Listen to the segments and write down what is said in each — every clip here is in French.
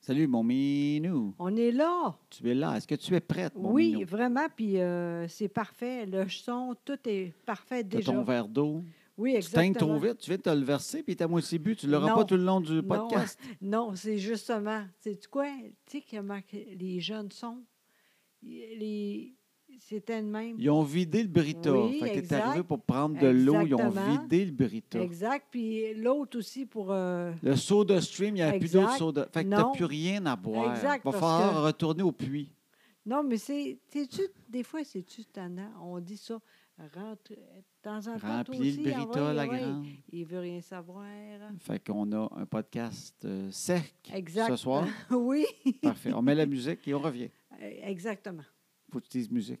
Salut, mon minou. On est là. Tu es là. Est-ce que tu es prête, mon oui, minou? vraiment. Puis euh, c'est parfait. Le son, tout est parfait T'as déjà. ton verre d'eau. Oui, Tu teignes trop exactement. vite. Tu viens de te le verser, puis t'as moitié bu. Tu ne l'auras Non. pas tout le long du Non. podcast. Non, c'est justement. C'est quoi? Tu sais comment que les jeunes sont? Les... C'était de même. Ils ont vidé le Brita. Oui, fait que t'es exact. arrivé pour prendre de l'eau. Ils ont Exactement. vidé le Brita. Exact. Puis l'autre aussi pour. euh, Le soda stream, il n'y avait plus Exact. d'eau de soda. Fait que t'as Non. plus rien à boire. Exact, Va parce falloir que- retourner au puits. Non, mais c'est. sais-tu, Des fois, c'est-tu tannant? On dit ça. Rentre. De temps en temps, toi Remplis aussi, le Brita, ah ouais, la ah ouais, grande. Il veut rien savoir. Fait qu'on a un podcast euh, sec Exact. ce soir. oui, e-, Parfait. On met la musique et on revient. exactement. Faut que tu dises musique.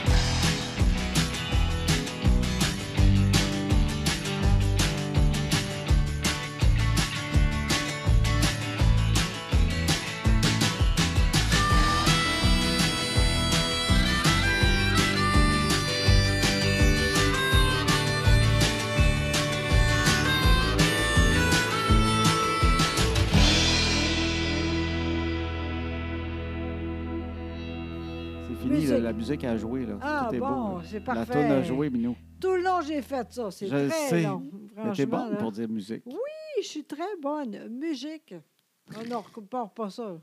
C'est fini, Musique. là, la musique a joué. Là. Ah Tout est beau. bon, là. c'est La parfait. tonne a joué, Minou. Tout le long, j'ai fait ça. C'est Je le très sais. long. Mais t'es Franchement, bonne là. pour dire musique. Oui. Je suis très bonne. Musique. Oh, On ne repart pas ça.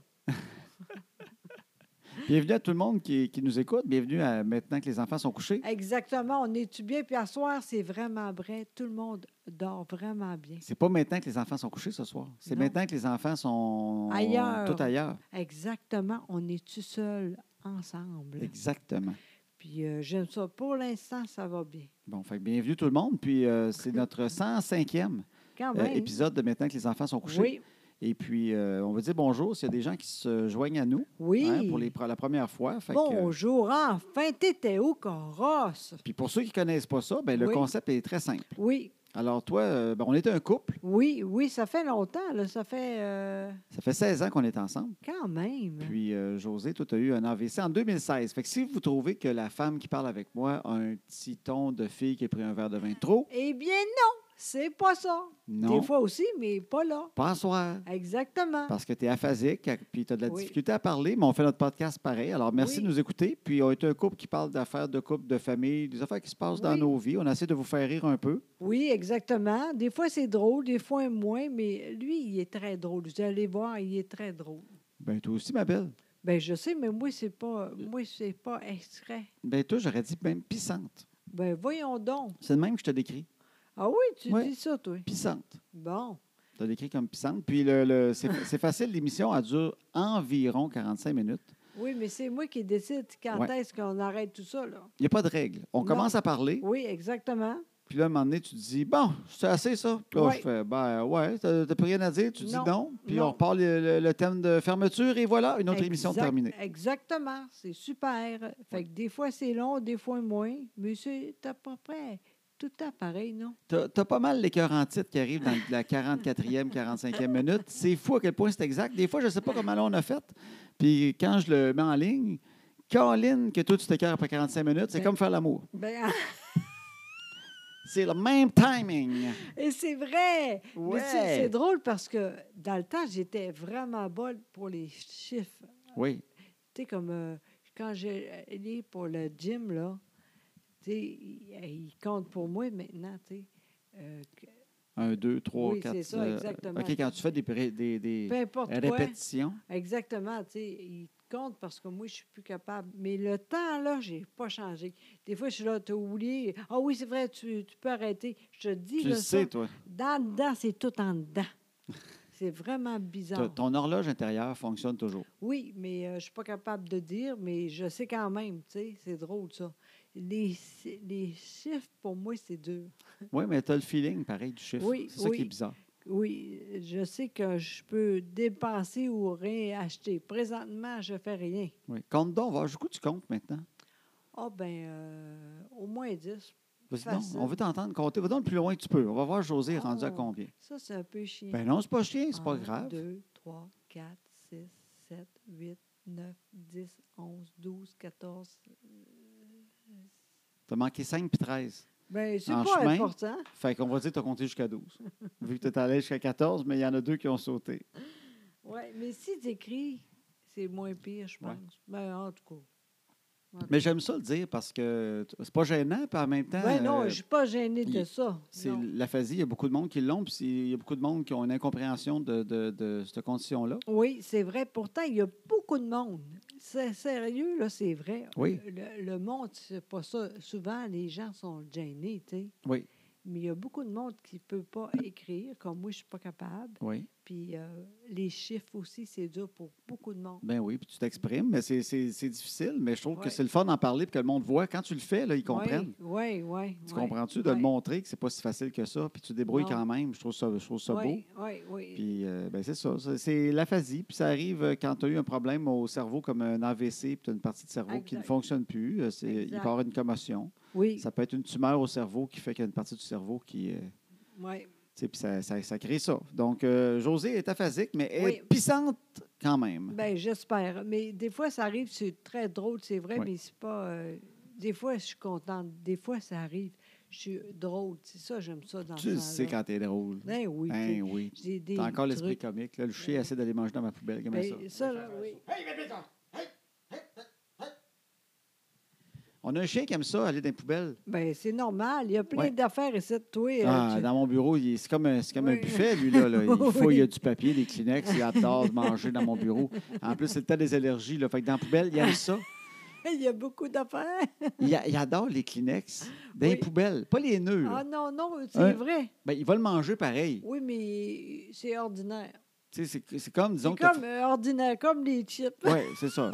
Bienvenue à tout le monde qui, qui nous écoute. Bienvenue à Maintenant que les enfants sont couchés. Exactement. On est-tu bien? Puis à soir, c'est vraiment vrai. Tout le monde dort vraiment bien. C'est pas maintenant que les enfants sont couchés ce soir. C'est Non. maintenant que les enfants sont Ailleurs. tout ailleurs. Exactement. On est-tu seul ensemble? Exactement. Puis euh, j'aime ça. Pour l'instant, ça va bien. Bon, fait que bienvenue tout le monde. Puis euh, c'est notre 105e Quand euh, même. épisode de Maintenant que les enfants sont couchés. Ah oui. Et puis, euh, on va dire bonjour s'il y a des gens qui se joignent à nous Oui. hein, pour les- pour la première fois. Fait que, euh, Bonjour, enfin, t'étais au Coros. puis pour ceux qui ne connaissent pas ça, ben, le Oui. concept est très simple. Oui, Alors, toi, euh, ben, on était un couple. oui, oui, ça fait longtemps, là, ça fait euh, Ça fait 16 ans qu'on est ensemble. quand même. Puis, euh, José, toi, tu as eu un AVC en 2016. Fait que si vous trouvez que la femme qui parle avec moi a un petit ton de fille qui a pris un verre de vin de trop, Eh bien, non, c'est pas ça. non, Des fois aussi, mais pas là. pas à soir. Exactement. Parce que tu es aphasique, puis tu as de la Oui. difficulté à parler, mais on fait notre podcast pareil. Alors, merci Oui. de nous écouter. Puis, on est un couple qui parle d'affaires de couple, de famille, des affaires qui se passent dans Oui. nos vies. On essaie de vous faire rire un peu. Oui, exactement. Des fois, c'est drôle, des fois moins, mais lui, il est très drôle. Vous allez voir, il est très drôle. Ben toi aussi, ma belle. Ben, je sais, mais moi, c'est pas, moi, c'est pas extrait. Ben toi, j'aurais dit même pissante. Ben, voyons donc. C'est le même que je te décris. Ah oui, tu Oui. dis ça, toi. Pissante. Bon. Tu as décrit comme pissante. Puis, le, le- c'est c'est facile. L'émission, elle dure environ 45 minutes. Oui, mais c'est moi qui décide quand Ouais. est-ce qu'on arrête tout ça, là. Il n'y a pas de règle. On Non. commence à parler, Oui, exactement. puis là, à un moment donné, tu te dis, bon, c'est assez ça. Puis là, Ouais. je fais, ben ouais, t'as t'as plus rien à dire, tu dis Non. non. Puis Non. on repart le, le- le thème de fermeture, et voilà, une autre émission Exact- terminée. Exactement. C'est super. Fait que des fois, c'est long, des fois moins. Mais c'est à peu près tout à pareil, non? T'as as pas mal les cœurs en titre qui arrivent dans la 44e, 45e minute. C'est fou à quel point c'est exact. Des fois, je sais pas comment là, on a fait. Puis quand je le mets en ligne, Caroline, que toi, tu t'écœures après 45 minutes, c'est Ben- comme faire l'amour. Ben, C'est le même timing. et c'est vrai. Mais c'est- Ouais. c'est drôle parce que dans le temps, j'étais vraiment bonne pour les chiffres. Oui. Tu sais, comme euh, quand j'ai allé pour le gym, là, tu sais, il, il compte pour moi maintenant, tu sais. Euh, que- Un, deux, trois, Oui, quatre. euh, c'est ça, exactement. OK, quand tu fais des, pré- des, des peu importe quoi. répétitions, Exactement, tu sais, il compte parce que moi, je suis plus capable. Mais le temps, là, j'ai pas changé. Des fois, je suis là, t'as oublié. Ah oui, c'est vrai, tu, tu peux arrêter. Je te dis, tu là, le ça, sais, toi. dans le dedans, c'est tout en dedans. C'est vraiment Ton- bizarre. Ton horloge intérieure fonctionne toujours. Oui, mais euh, je suis pas capable de dire, mais je sais quand même, tu sais, c'est drôle, ça. Les, chi- les chiffres, pour moi, c'est dur. Oui, mais tu as le feeling, pareil, du chiffre. Oui, c'est ça qui est oui. bizarre. Oui, je sais que je peux dépenser ou réacheter. Présentement, je fais rien. Oui. Compte donc, va jusqu'où tu comptes maintenant? Ah, ben, euh, au moins 10. Vas-y donc, Facile. on veut t'entendre compter. Va donc le plus loin que tu peux. On va voir José est rendu à Oh. combien. Ça, c'est un peu chiant. Ben non, c'est pas chien, c'est pas grave. 2, 3, 4, 6, 7, 8, 9, 10, 11, 12, 14. T'as manqué 5 puis 13. Bien, Ben, c'est En pas chemin. important. Fait qu'on va dire que tu as compté jusqu'à 12. Vu que tu es allé jusqu'à 14, mais il y en a deux qui ont sauté. Oui, mais si tu écris, c'est moins pire, je Ouais. pense. Ben, en tout cas. Mais j'aime ça le dire parce que t- c'est pas gênant, puis en même temps, Ben non, euh, je suis pas gênée de il- ça. c'est non. l'aphasie, il y a beaucoup de monde qui l'ont, puis c'est- il y a beaucoup de monde qui ont une incompréhension de, de- de cette condition-là. Oui, c'est vrai. Pourtant, il y a beaucoup de monde. C'est sérieux, là, c'est vrai. Euh, Oui. Le, le monde, c'est pas ça. Souvent, les gens sont gênés, tu sais. Oui, Mais il y a beaucoup de monde qui ne peut pas écrire, comme moi, je ne suis pas capable. oui. Puis euh, les chiffres aussi, c'est dur pour beaucoup de monde. Ben oui, puis tu t'exprimes, mais c'est- c'est c'est difficile, mais je trouve Ouais. que c'est le fun d'en parler, puis que le monde voit. Quand tu le fais, là, ils comprennent. Oui, oui. Tu comprends-tu? De le montrer que c'est pas si facile que ça, puis tu te débrouilles Non. quand même. Je trouve ça, je trouve ça beau. Oui, oui. Puis, euh, ben c'est ça. ça- C'est l'aphasie. Puis, ça arrive euh, quand tu as eu un problème au cerveau, comme un AVC, puis tu as une partie de cerveau qui ne Exact. fonctionne plus. euh, c'est- Il peut y Exact. avoir une commotion. oui, Ça peut être une tumeur au cerveau qui fait qu'il y a une partie du cerveau qui. euh, ouais. tu sais, puis ça, ça- ça crée ça. Donc, euh, Josée est aphasique, mais elle est Oui. puissante quand même. Ben, j'espère. Mais des fois, ça arrive, c'est très drôle, c'est vrai, Ouais. mais c'est pas. euh, des fois, je suis contente. Des fois, ça arrive. Je suis drôle. C'est ça, j'aime ça dans tu ce le sais temps-là. quand t'es drôle. Ben oui. Ben tu oui. sais, J'ai des. T'as encore l'esprit trucs. comique. Là, le chien essaie d'aller manger dans ma poubelle. Comment ça? Ben, ça, là, oui. On a un chien qui aime ça, aller dans les poubelles. Ben, c'est normal. Il y a plein Ouais. d'affaires ici de toi. euh, Ah, tu- dans mon bureau, il- c'est comme, un, c'est comme un Oui. buffet, lui, là. là. Il Oui. faut, il y a du papier, des Kleenex, il adore de manger dans mon bureau. En plus, c'est le temps des allergies, là. Fait que dans la poubelle, il aime ça. Il y a beaucoup d'affaires. Il, a- il adore les Kleenex dans les Oui. poubelles, pas les nœuds. là. Ah non, non, c'est Hein? vrai. Ben, il va le manger pareil. Oui, mais c'est ordinaire. Tu sais, C'est c'est comme, disons... C'est que t'as- comme euh, ordinaire, comme les chips. Oui, c'est ça.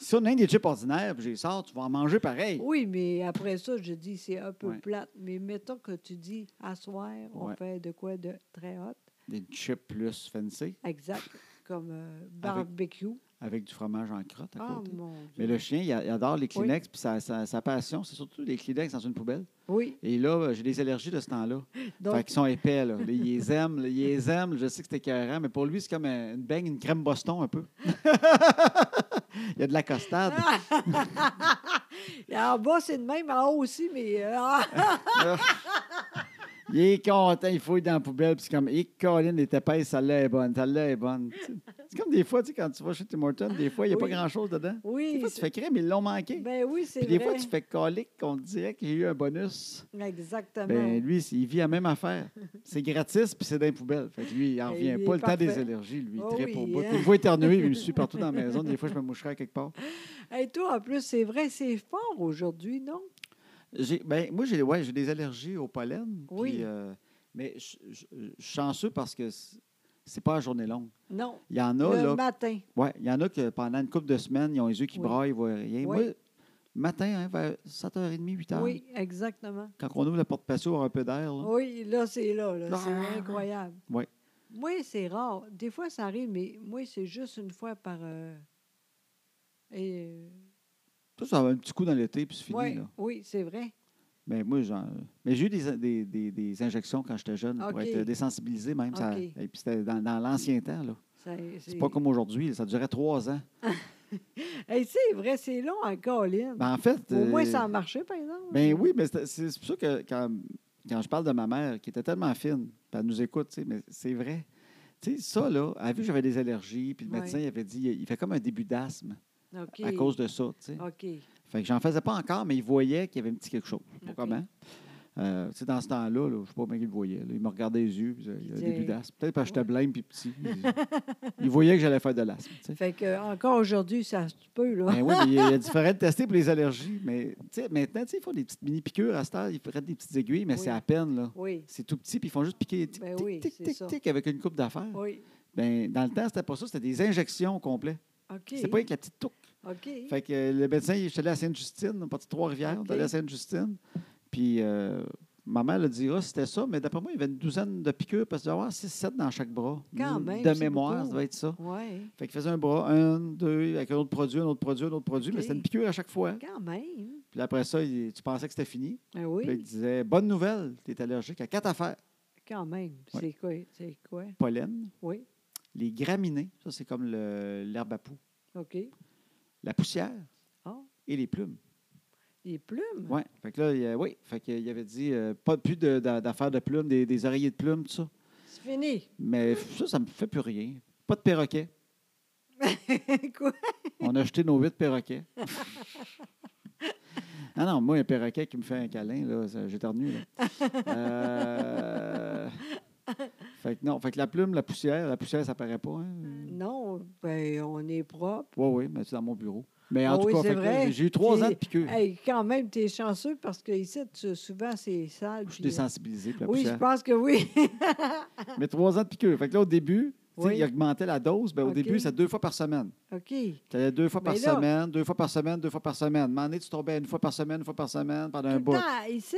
si on a des chips ordinaires, puis je les sors, tu vas en manger pareil. Oui, mais après ça, je dis c'est un peu Ouais. plate. Mais mettons que tu dis à soir, on Ouais. fait de quoi de très hot. Des chips plus fancy, Exact. Comme euh, barbecue. avec du fromage en crotte à Ah côté. mon Dieu. Mais le chien, il a- il adore les Kleenex, puis sa, sa- sa passion, c'est surtout les Kleenex dans une poubelle. Oui. Et là, euh, j'ai des allergies de ce temps-là. fait Donc, qu'ils sont épais, là. Là, Il les aime, là, il les aime. Je sais que c'est écœurant, mais pour lui, c'est comme un- une beigne, une crème Boston un peu. il y a de la costade. en bas, c'est le même. En haut aussi, mais euh, ah, Il est content, il fouille dans la poubelle, puis c'est comme, hé, Colin est épaisse, celle-là est bonne, celle-là est bonne. Tu sais, C'est comme des fois, tu sais, quand tu vas chez Tim Hortons, des fois, il n'y a pas Oui. grand-chose dedans. Des oui. fois, tu c'est- fais crème, ils l'ont manqué. Ben oui, c'est Puis vrai. des fois, tu fais colique, on dirait qu'il y a eu un bonus. Exactement. Ben, lui, c'est- il vit la même affaire. C'est gratis, puis c'est dans les poubelles. Fait que lui, il n'en Et revient Ben, il pas. est Le temps des parfait. allergies, lui, il Oh tripe au oui, bout. hein? Il me voit éternuer, puis il me suit partout dans la maison. Des fois, je me moucherai quelque part. Et toi, en plus, c'est vrai, c'est fort aujourd'hui, non? J'ai- ben, moi, j'ai ouais, j'ai des allergies au pollen. Oui. puis, euh, mais je je- je suis chanceux parce que c'est- c'est pas la journée longue. Non. Il y en a, le là. matin. Ouais, il y en a que pendant une couple de semaines, ils ont les yeux qui Oui. braillent, ils voient rien. Oui. Moi, matin, hein, vers 7h30, 8h, Oui, exactement. quand on ouvre la porte patio, avoir un peu d'air. là. Oui, là, c'est là. là. C'est Ah. incroyable. Oui. Moi, c'est rare. Des fois, ça arrive, mais moi, c'est juste une fois par. euh, et, euh, Ça, ça va un petit coup dans l'été, puis c'est fini. ouais, là. oui, c'est vrai. Mais Ben, moi, j'en- mais j'ai eu des, des, des- des injections quand j'étais jeune pour OK. être désensibilisé même. ça- OK. et puis c'était dans, dans l'ancien temps. là. Ça- C'est pas comme aujourd'hui. là, Ça durait trois ans. Hey, c'est vrai, c'est long en colline. Ben, en fait. Au moins, euh, ça a marché, par exemple. Ben oui, mais c'est c'est- c'est pour ça que quand, quand je parle de ma mère, qui était tellement fine, puis elle nous écoute, tu sais, mais c'est vrai. Tu sais, ça, là, elle a vu que j'avais des allergies, puis le Ouais. médecin, il avait dit, il fait comme un début d'asthme OK. à cause de ça, tu sais. OK. Fait que j'en faisais pas encore, mais il voyait qu'il y avait un petit quelque chose. Je sais pas Ok. comment. Euh, tu sais, dans ce temps-là, là, je sais pas bien qu'il le voyait. là. Il me regardait les yeux, puis il disait, il y a un disait- début d'asthme. Peut-être parce que j'étais Ouais. blême puis petit. Il, il voyait que j'allais faire de l'asthme, tu sais. Fait que, euh, encore aujourd'hui, ça se peut, là. Ben oui, mais il y a- il y a différents tests pour les allergies. Mais tu sais, maintenant, tu sais, ils font des petites mini-piqûres à cette heure. Ils prennent des petites aiguilles, mais Oui. c'est à peine. là. Oui. C'est tout petit, puis ils font juste piquer tic, Ben tic, oui, tic, c'est tic, ça. tic, avec une coupe d'affaires. Oui. Ben, dans le temps, c'était pas ça, c'était des injections au complet. OK. C'était pas avec la petite touque. OK. Fait que euh, le médecin, il- je suis allé à Sainte-Justine, on est parti de Trois-Rivières, on est OK. allé à Sainte-Justine. Puis euh, ma mère le dira, Ah, c'était ça, mais d'après moi, il y avait une douzaine de piqûres, parce qu'il devait y avoir 6-7 dans chaque bras. Quand Mm, même, De c'est mémoire, ça beaucoup. devait être ça. Oui. Fait qu'il faisait un bras, un, deux, avec un autre produit, un autre produit, un autre produit, mais OK. c'était une piqûre à chaque fois. Quand même. Puis après ça, il- tu pensais que c'était fini. Ben Puis là, il oui, disait Bonne nouvelle, tu es allergique à quatre affaires quand même. Ouais. C'est quoi? C'est quoi? pollen, Oui. les graminées, ça c'est comme le- l'herbe à poux, OK. la poussière Ah. et les plumes. Les plumes? Oui. Fait que là, il, a- oui. Fait qu'il avait dit euh, pas plus de- d'a- d'affaires de plumes, des, des oreillers de plumes, tout ça. C'est fini. Mais ça, ça me fait plus rien. Pas de perroquet. Quoi? On a acheté nos huit perroquets. ah non, moi, un perroquet qui me fait un câlin, là, ça- j'éternue. là. Euh, Fait que non, fait que la plume, la poussière, la poussière, ça paraît pas. Hein? Non, ben, on est propre. Oui, oui, mais c'est dans mon bureau. Mais en Ah tout oui, cas, c'est fait que là, vrai. j'ai eu trois Puis, ans de piqueux. Hey, quand même, tu es chanceux parce que ici, tu- souvent, c'est sale. je suis puis, euh, désensibilisé pour la Oui, je poussière. pense que oui. Mais trois ans de piqûre. Fait que là, au début, tu sais, Oui. il augmentait la dose. Ben, au OK. début, c'est deux fois par semaine. OK. Tu allais deux fois par Mais là- semaine, deux fois par semaine, deux fois par semaine. M'en tu tombais à une fois par semaine, une fois par semaine, pendant un Tout bout. le temps, ici?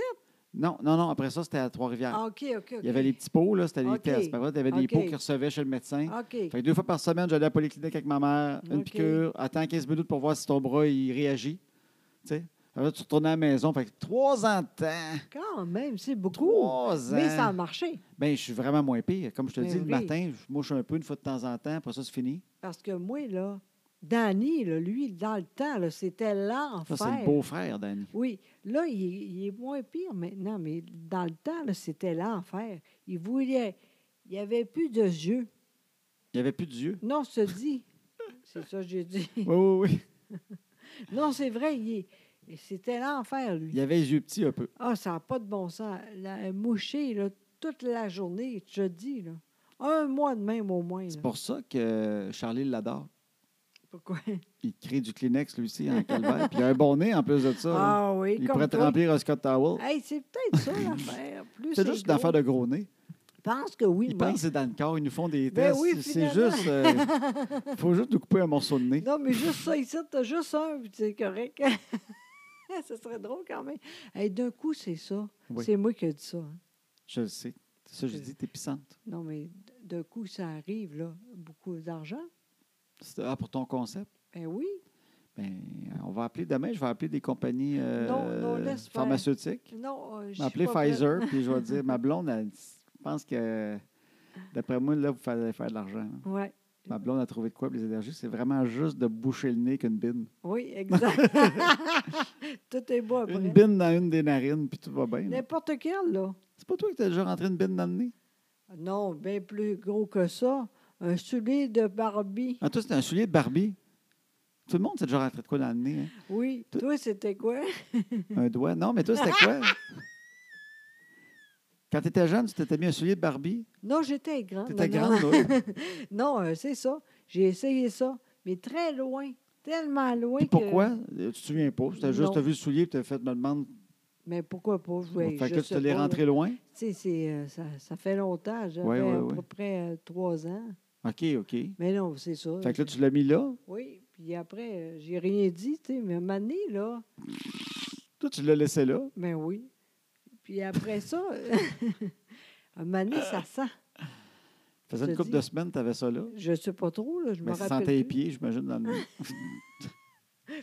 Non, non, non. Après ça, c'était à Trois-Rivières. Ah, OK, OK, OK. Il y avait les petits pots, là, c'était les OK. tests. Puis après, il y avait des OK. Ah, pots qu'ils recevaient chez le médecin. OK. Fait que deux fois par semaine, j'allais à la polyclinique avec ma mère, une OK. piqûre, attends 15 minutes pour voir si ton bras il réagit. Tu sais. Alors, tu retournais à la maison. Fait que trois ans de temps. Quand même, c'est beaucoup. Trois ans. Mais ça a marché. Ben, je suis vraiment moins pire. Comme je te Ben dis, le oui. matin, je mouche un peu une fois de temps en temps. Après ça, c'est fini. Parce que moi, là, Danny, là, lui, dans le temps, là, c'était Ça, l'enfer. c'est le beau-frère, Danny. Oui. Là, il, est- il est moins pire maintenant, mais dans le temps, là, c'était l'enfer. Il voulait. Il n'y avait plus de yeux. Il n'y avait plus d'yeux. Non, se dit. C'est ça que j'ai dit. Oui, oui, oui. Non, c'est vrai, il est- c'était l'enfer, Il lui. y avait les yeux petits un peu. Ah, ça n'a pas de bon sens. La, moucher, là, toute la journée, je te dis, là. Un mois de même au moins. C'est là. pour ça que Charlie l'adore. Pourquoi? Il crée du Kleenex, lui aussi, en calvaire. Puis il a un bon nez en plus de ça. là. Ah oui, il comme pourrait te toi. Ah, remplir un Scott Towel. Hey, c'est peut-être ça l'affaire. Plus C'est juste une gros. affaire de gros nez. Je pense que oui. Ils moi. pensent que c'est dans le corps, ils nous font des Ben tests. oui, c'est finalement. juste. Il faut juste nous couper un morceau de nez. Non, mais juste ça ici, t'as juste un, puis c'est correct. ça serait drôle quand même. Hey, D'un coup, c'est ça. Oui. C'est moi qui ai dit ça. hein. Je le sais. C'est ça, que je Euh. dis, t'es pissante. Non, mais d'un coup, ça arrive, là. Beaucoup d'argent. C'est- Ah, pour ton concept. Ben oui. Ben, on va appeler demain, je vais appeler des compagnies euh, Non, non, laisse faire. pharmaceutiques. Non, euh, je Je vais suis appeler pas prête. Pfizer, puis je vais dire, ma blonde, elle, je pense que, d'après moi, là, vous allez faire de l'argent. hein. Ouais. Ma blonde a trouvé de quoi pour les allergies? C'est vraiment juste de boucher le nez qu'une bine. Oui, exact. Tout est beau après. Une bine dans une des narines, puis tout va bien. là. N'importe quel, là. C'est pas toi qui t'as déjà rentré une bine dans le nez? Non, bien plus gros que ça. Un soulier de Barbie. Ah, toi, c'était un soulier de Barbie. Tout le monde s'est déjà rentré de quoi dans le nez. hein? Oui. Tout- Toi, c'était quoi? Un doigt. Non, mais toi, c'était quoi? Quand tu étais jeune, tu t'étais mis un soulier de Barbie. Non, j'étais grande. Tu étais non, non. grande, oui. Non, euh, c'est ça. J'ai essayé ça, mais très loin, tellement loin. Puis que- pourquoi? Euh, Tu te souviens pas. C'était juste, Non. tu as vu le soulier, puis tu as fait, me demande. Mais pourquoi pas? Je, voulais- fait je que là, tu te sais l'es pas, là. rentré loin. Tu sais, c'est, euh, ça, ça fait longtemps. J'avais Ouais, ouais, à ouais. peu près euh, trois ans. OK, OK. Mais non, c'est ça. Fait que là, tu l'as mis là. Oui, puis après, euh, j'ai rien dit, tu sais, mais à un moment donné, là, Toi, tu l'as laissé là. ben oui. Puis après ça, à un moment donné, Euh. ça sent. Ça faisait Je une te couple dis. de semaines, tu avais ça là. Je sais pas trop, là, je me Mais ça rappelle sentait les plus. pieds, j'imagine, dans le nez.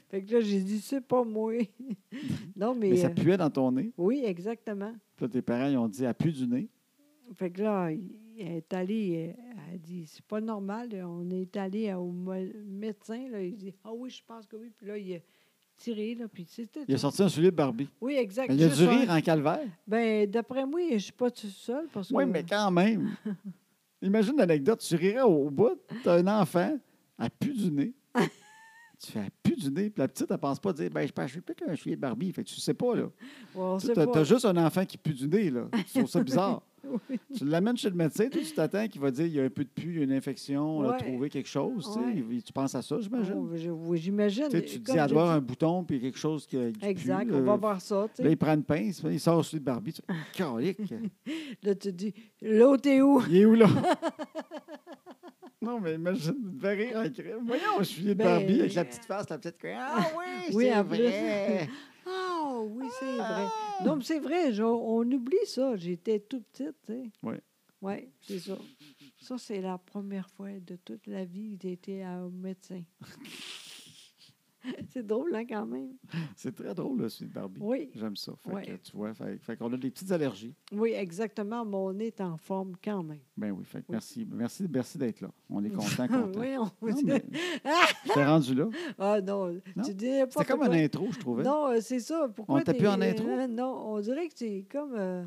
Fait que là, j'ai dit, c'est pas moi. non, mais... Mais ça euh, puait dans ton nez. oui, exactement. Puis là, tes parents, ils ont dit, elle pue du nez. Fait que là, il- elle est allée, elle elle a dit, c'est pas normal. On est allé au mo- médecin, là, il dit, ah oui, je pense que oui. Puis là, il a tiré, là, puis c'était Il a tout. sorti un soulier de Barbie. Oui, exact. Il a juste du un- rire hein. en calvaire. Ben, d'après moi, je suis pas tout seul parce que... Oui, mais quand même. Imagine l'anecdote. Tu rirais au, au bout. Tu un enfant, elle pue du nez. tu fais, elle pue du nez. Puis la petite, elle pense pas dire, ben, je pense, je suis peut-être un soulier de Barbie. Fait que tu sais pas, là. Ouais, on Tu sait as, pas. juste un enfant qui pue du nez, là. Tu trouves ça bizarre. Oui. Tu l'amènes chez le médecin, toi, tu t'attends qu'il va dire, il y a un peu de pu, il y a une infection, on a Ouais. trouvé quelque chose. tu sais. Ouais. Il- Tu penses à ça, j'imagine. Oh, je- oui, J'imagine. Tu sais, tu te Comme dis, à je doit avoir un bouton, puis quelque chose qui. qui pue, Exact, là. on va voir ça. tu sais. euh, Là, il prend une pince, il sort sur le Barbie. Tu fais, Calique. Là, tu dis, l'autre est où? Il est où là? non, mais imagine, il devait rire en crème. Voyons, je suis de Ben, Barbie avec la petite face, la petite crème. Ah oui, Oui, c'est en plus. vrai. Ah oui, c'est vrai. Non, mais c'est vrai, je- on oublie ça. J'étais tout petite, tu sais. Ouais. Oui, c'est ça. Ça, c'est la première fois de toute la vie que j'ai été à un médecin. C'est drôle, hein, quand même. C'est très drôle, le suite Barbie. Oui, J'aime ça. Fait Ouais. que, tu vois, fait, fait qu'on a des petites allergies. oui, exactement. Mais on est en forme quand même. Ben oui, fait que Oui. merci, merci, merci d'être là. On est content, content. oui, on Non, mais je t'ai rendu là. Ah non, Non, tu dirais pas. C'était comme pourquoi- une intro, je trouvais. Non, euh, c'est ça. Pourquoi On t'a plus en t'es- intro? euh, Non, on dirait que c'est comme. euh,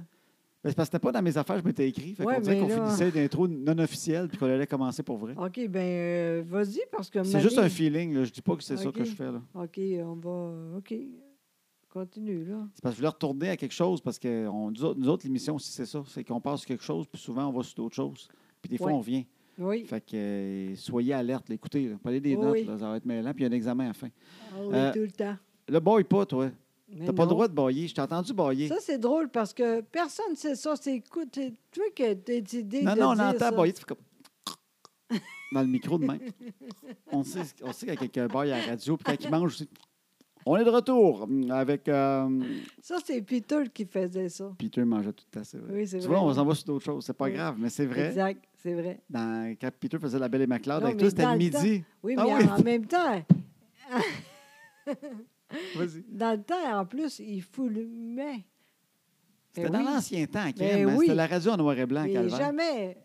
Ben, c'est parce que c'était pas dans mes affaires, je m'étais écrit. Fait Ouais, qu'on dirait mais qu'on là- finissait une intro non officielle puis qu'on allait commencer pour vrai. OK, ben euh, vas-y, parce que. C'est Mané- juste un feeling, là. je dis pas que c'est ça Ok. que je fais. là. OK, on va. OK. Continue, là. C'est parce que je voulais retourner à quelque chose parce que on, nous autres, nous autres, l'émission aussi, c'est ça. C'est qu'on passe quelque chose, puis souvent on va sur d'autres choses. Puis des fois, Ouais. on vient. Oui. Fait que euh, soyez alerte, là. écoutez, là. prenez des Oui, notes, oui. là. ça va être mêlant, puis il y a un examen à la fin. Ah oui, Euh, tout le temps. Le boy pas, toi. Mais T'as pas le non. droit de bailler. Je t'ai entendu bailler. Ça, c'est drôle parce que personne ne sait ça. C'est écoute, c'est toi qui t'es idée non, de non, on dire entend ça. bailler, tu fais comme. Dans le micro de même. on sait, on sait quand quelqu'un baille à la radio, puis quand il mange, c'est- On est de retour avec euh, Ça, c'est Peter qui faisait ça. Peter mangeait tout le temps, c'est vrai. Oui, c'est Tu vrai. vois, on s'en va sur d'autres choses. C'est pas Oui. grave, mais c'est vrai. Exact, c'est vrai. Dans, quand Peter faisait la Belle et MacLeod Non, avec mais toi, c'était dans le le midi. Oui, Ah mais oui. en même temps, Vas-y. dans le temps, en plus, il foulumait. C'était dans l'ancien temps, Kim. Ben hein. oui. C'était la radio en noir et blanc, Mais Calvaire. jamais,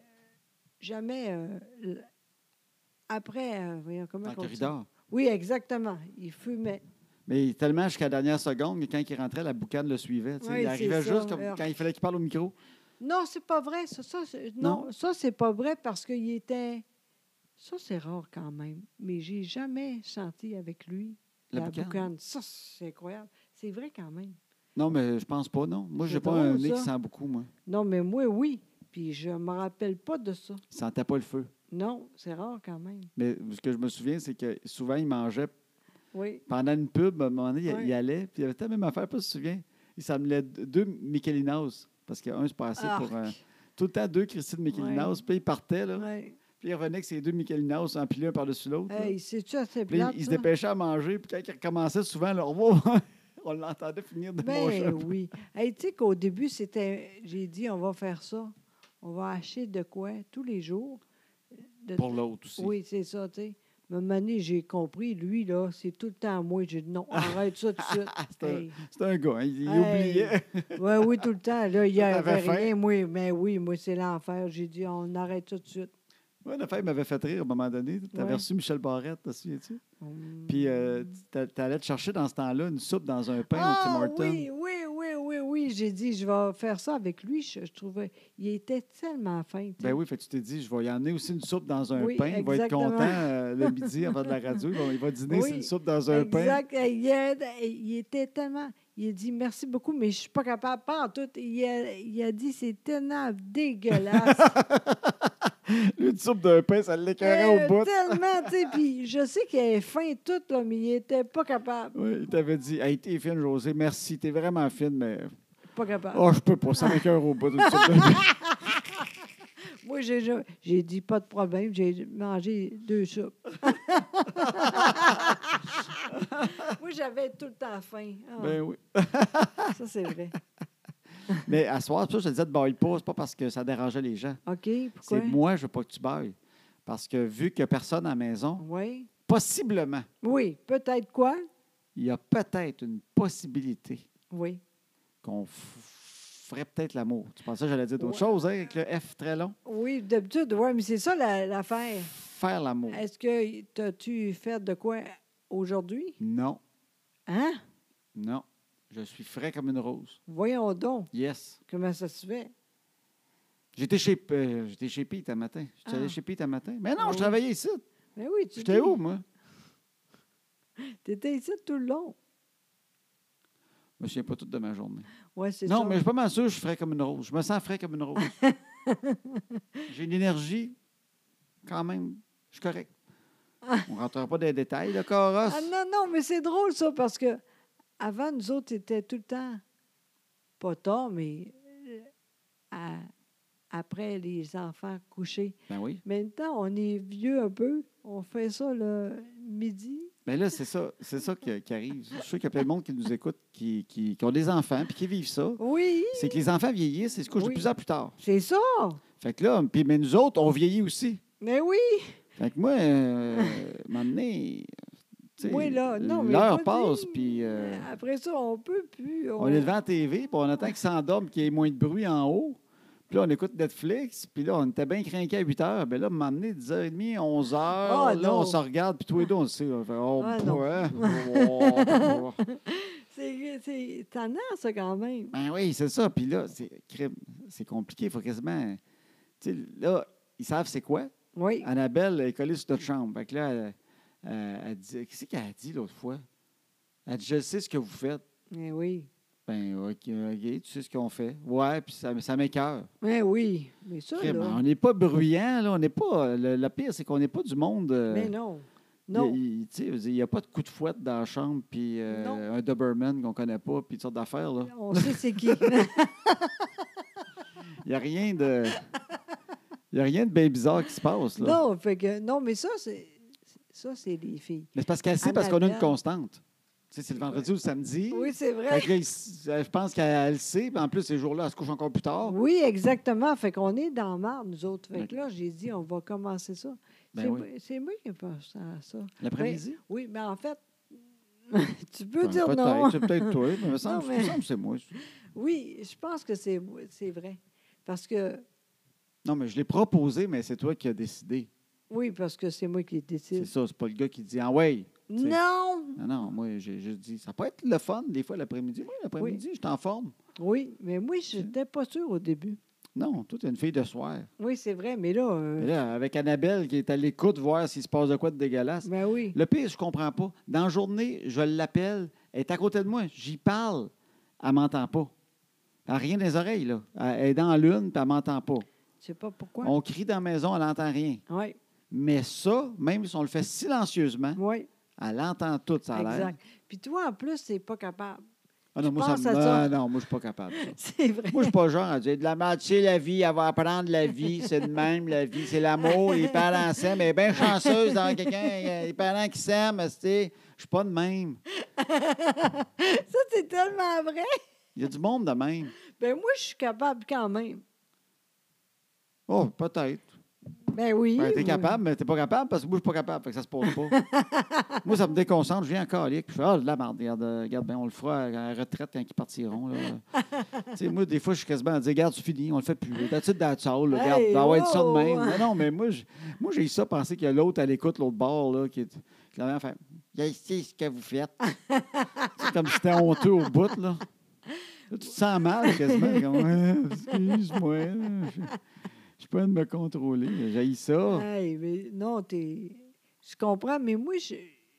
jamais euh, l- après, euh, voyons comment Dans le qu'on dit? corridor. Oui, exactement. Il fumait. Mais tellement jusqu'à la dernière seconde que quand il rentrait, la boucane le suivait. tu sais. Oui, il c'est arrivait ça, juste comme alors. quand il fallait qu'il parle au micro. Non, c'est pas vrai. Ça, ça, c'est- non, ça c'est pas vrai parce qu'il était. Ça, c'est rare quand même. Mais j'ai jamais senti avec lui La la, boucane. boucane. Ça, c'est incroyable. C'est vrai quand même. Non, mais je pense pas, non. Moi, j'ai C'est pas drôle, un nez ça. qui sent beaucoup, moi. Non, mais moi, oui. Puis je me rappelle pas de ça. Il sentait pas le feu. Non, c'est rare quand même. Mais ce que je me souviens, c'est que souvent, il mangeait Oui. pendant une pub. À un moment donné, il- Ouais. il allait. Puis il avait tellement même affaire, pas si tu te souviens. Il s'amenait d- deux Michelinos. Parce qu'un se passait pour. euh, Arc. tout le temps deux Christine Michelinos. Puis il partait, là. Ouais. Puis il revenait avec ses deux Michelinos empilés un par-dessus l'autre. là. Hey, c'est-tu assez Puis là, plate, il se ça? dépêchait à manger. Puis quand il recommençait souvent, là, on va- on l'entendait finir de manger. un Ben peu. oui. Hey, tu sais qu'au début, c'était. J'ai dit, on va faire ça. On va acheter de quoi tous les jours. De- Pour l'autre aussi. Oui, c'est ça, tu sais. Mais à un moment donné, j'ai compris, lui, là, c'est tout le temps à moi. J'ai dit non, arrête ça tout de suite. C'est un- Hey. C'était un gars, hein, il, il Hey. oubliait. Ouais, oui, tout le temps. Là, il n'y Toi, t'avais avait faim? rien. Moi, mais oui, moi, c'est l'enfer. J'ai dit, on arrête ça tout de suite. Moi, la femme m'avait fait rire à un moment donné. Tu avais Ouais. reçu Michel Barrette, te souviens-tu? Puis tu allais te chercher dans ce temps-là une soupe dans un pain au Tim Ah, Hortons. oui, oui, oui, oui, oui. J'ai dit, je vais faire ça avec lui. Je, je trouvais, il était tellement fin. tu sais. Ben oui, fait que tu t'es dit, je vais y emmener aussi une soupe dans un Oui, pain. Il va être exactement. content euh, le midi avant de la radio. Il va, il va dîner Oui, sur une soupe dans un pain. Exact. Hey, Il, est- il était tellement. Il a dit merci beaucoup, mais je suis pas capable. Pas en tout. Il a, il a dit c'est tellement dégueulasse. Lui, une soupe d'un pain, ça l'écœurait Euh, au bout. Tellement, tu sais. Puis je sais qu'il avait faim tout, là, mais il était pas capable. Oui, il t'avait dit, hey, t'es fine, José, merci, t'es vraiment fine, mais. Pas capable. Oh, je peux pas, ça m'écœure au bout d'une soupe d'un pain. Moi, j'ai- j'ai j'ai dit pas de problème. J'ai mangé deux soupes. Moi, j'avais tout le temps faim. Ah, Ben oui. Ça, c'est vrai. Mais à soir, c'est pour ça, que je te disais, te baille pas, c'est pas parce que ça dérangeait les gens. OK, pourquoi? C'est moi, je veux pas que tu bailles. Parce que vu qu'il n'y a personne à la maison, Oui. possiblement, Oui, peut-être quoi? il y a peut-être une possibilité Oui. qu'on f- ferait peut-être l'amour. Tu pensais que j'allais dire d'autres Ouais. choses, hein, avec le F très long? Oui, d'habitude, oui, mais c'est ça la- l'affaire. Faire l'amour. Est-ce que t'as-tu fait de quoi aujourd'hui? Non, Hein? non. Je suis frais comme une rose. Voyons donc Yes. comment ça se fait. J'étais chez, euh, j'étais chez Pete un matin. Je suis allé Ah. chez Pete un matin. Mais non, Ah je oui. travaillais ici. Ben oui, tu J'étais dis, où, moi? T'étais ici tout le long. Je me souviens pas toute de ma journée. Oui, c'est ça. Non, mais je suis pas mal sûr que je suis frais comme une rose. Je me sens frais comme une rose. J'ai une énergie, quand même. Je suis correct. On ne rentrera pas dans les détails, le Coros. Ah non, non, mais c'est drôle ça, parce que avant, nous autres, c'était tout le temps, pas tard, mais euh, à- après les enfants couchés. Ben oui. Maintenant, on est vieux un peu. On fait ça le midi. Mais là, c'est ça, c'est ça qui, qui arrive. Je suis sûr qu'il y a plein de monde qui nous écoute, qui, qui- qui ont des enfants, puis qui vivent ça. Oui, C'est que les enfants vieillissent et se couchent de Oui. plus en plus tard. c'est ça. Fait que là, puis mais nous autres, on vieillit aussi. Mais oui. Fait que moi, euh, un moment donné, tu sais, Oui, là, non, mais L'heure pas passe, dit. puis euh, Après ça, on peut plus. on est devant la TV, puis on attend qu'il s'endorme, qu'il y ait moins de bruit en haut. Puis là, on écoute Netflix, puis là, on était bien craqués à 8 h. Bien là, m'amener 10h30, 11 h. Ah, là, non. on se regarde, puis tous les deux, on le sait. On fait, oh, Ah, non. ouais, oh, oh. C'est c'est tannant, ça, quand même. Ben oui, c'est ça. Puis là, c'est crime, c'est compliqué. Il faut quasiment. Tu sais, là, ils savent c'est quoi. Oui. Annabelle est collée sur notre chambre. Fait que là, elle, elle- elle dit. Qu'est-ce qu'elle a dit l'autre fois? Elle dit Je sais ce que vous faites. Mais oui. Ben, OK, ok, tu sais ce qu'on fait. Ouais, puis ça, ça m'écœure. Mais oui. Mais ça, Crime, Ah, là. On n'est pas bruyant, là. On n'est pas. Le, le pire, c'est qu'on n'est pas du monde. euh, Mais non. Non. il- il- tu sais, je veux dire, il n'y a pas de coup de fouette dans la chambre, puis euh, Non. un Doberman qu'on connaît pas, puis toutes sortes d'affaires, là. On sait c'est qui. Il n'y a rien de. Il y a rien de bien bizarre qui se passe, là. non, fait que, non, mais ça, c'est ça, c'est les filles. Mais c'est parce qu'elle sait, parce qu'on a une Annabelle. constante. Tu sais, c'est le vendredi ou le samedi. Oui, c'est vrai. Fait que là, il s- elle- je pense qu'elle le sait. puis En plus, ces jours-là, elle se couche encore plus tard. Oui, exactement. Fait qu'on est dans marre, nous autres. Fait Ok. que là, j'ai dit, on va commencer ça. Ben c'est, oui. moi- c'est moi qui ai pensé à ça. Ben, L'après-midi? Oui, mais en fait, tu peux Ben, dire peut-être, non. C'est peut-être toi, mais il me semble, il Non, me mais- semble que c'est moi. Oui, je pense que c'est, c'est vrai. Parce que, Non, mais je l'ai proposé, mais c'est toi qui as décidé. oui, parce que c'est moi qui C'est décide. ça, c'est pas le gars qui dit Ah ouais. tu sais. Non! Non, non, moi, j'ai juste dit Ça peut être le fun, des fois, l'après-midi. Moi, l'après-midi, je suis en forme. Oui, mais moi, je n'étais pas sûre au début. Non, toi, t'es une fille de soir. Oui, c'est vrai, mais là, euh, Mais là, avec Annabelle qui est à l'écoute, voir s'il se passe de quoi de dégueulasse. ben oui. Le pire, je comprends pas. Dans la journée, je l'appelle, elle est à côté de moi, j'y parle, elle m'entend pas. Elle n'a rien dans les oreilles, là. Elle est dans la lune, puis elle m'entend pas. Je sais pas pourquoi. On crie dans la maison, elle n'entend rien. Oui, Mais ça, même si on le fait silencieusement, oui, elle entend tout, ça a l'air. exact. Puis toi, en plus, c'est pas capable. Ah non, Tu moi, ça penses me- à ça? Ah non, moi, je suis pas capable. de ça. C'est vrai. Moi, je suis pas genre à dire de la merde, c'est la vie, elle va apprendre la vie, c'est de même, la vie, c'est l'amour, les parents s'aiment, elle est bien chanceuse dans quelqu'un, euh, les parents qui s'aiment, tu sais. Je suis pas de même. Ça, c'est tellement vrai. Il y a du monde de même. Ben moi, je suis capable quand même. Oh, peut-être. Ben oui. Ben, t'es moi. capable, mais t'es pas capable parce que moi, je suis pas capable. Fait que ça se pose pas. moi, ça me déconcentre. Je viens encore calique. Je fais, ah, de la merde. Regarde, euh, regarde bien, on le fera à la retraite quand ils partiront. là. tu sais, moi, des fois, je suis quasiment à dire, regarde, c'est fini, on le fait plus. D'habitude, dans la salle, regarde, Hey, ça va être ça de wow! même. Non, non, mais moi, je- moi, j'ai eu ça, penser qu'il y a l'autre à l'écoute, l'autre bord, là, qui est. qui la même fait, Hey, c'est ce que vous faites. c'est comme si c'était honteux au bout, là. Là, Tu te sens mal quasiment. comme, Euh, excuse-moi. Je- Je peux me contrôler. J'ai ça. Hey, mais non, t'es. Je comprends, mais moi, je, je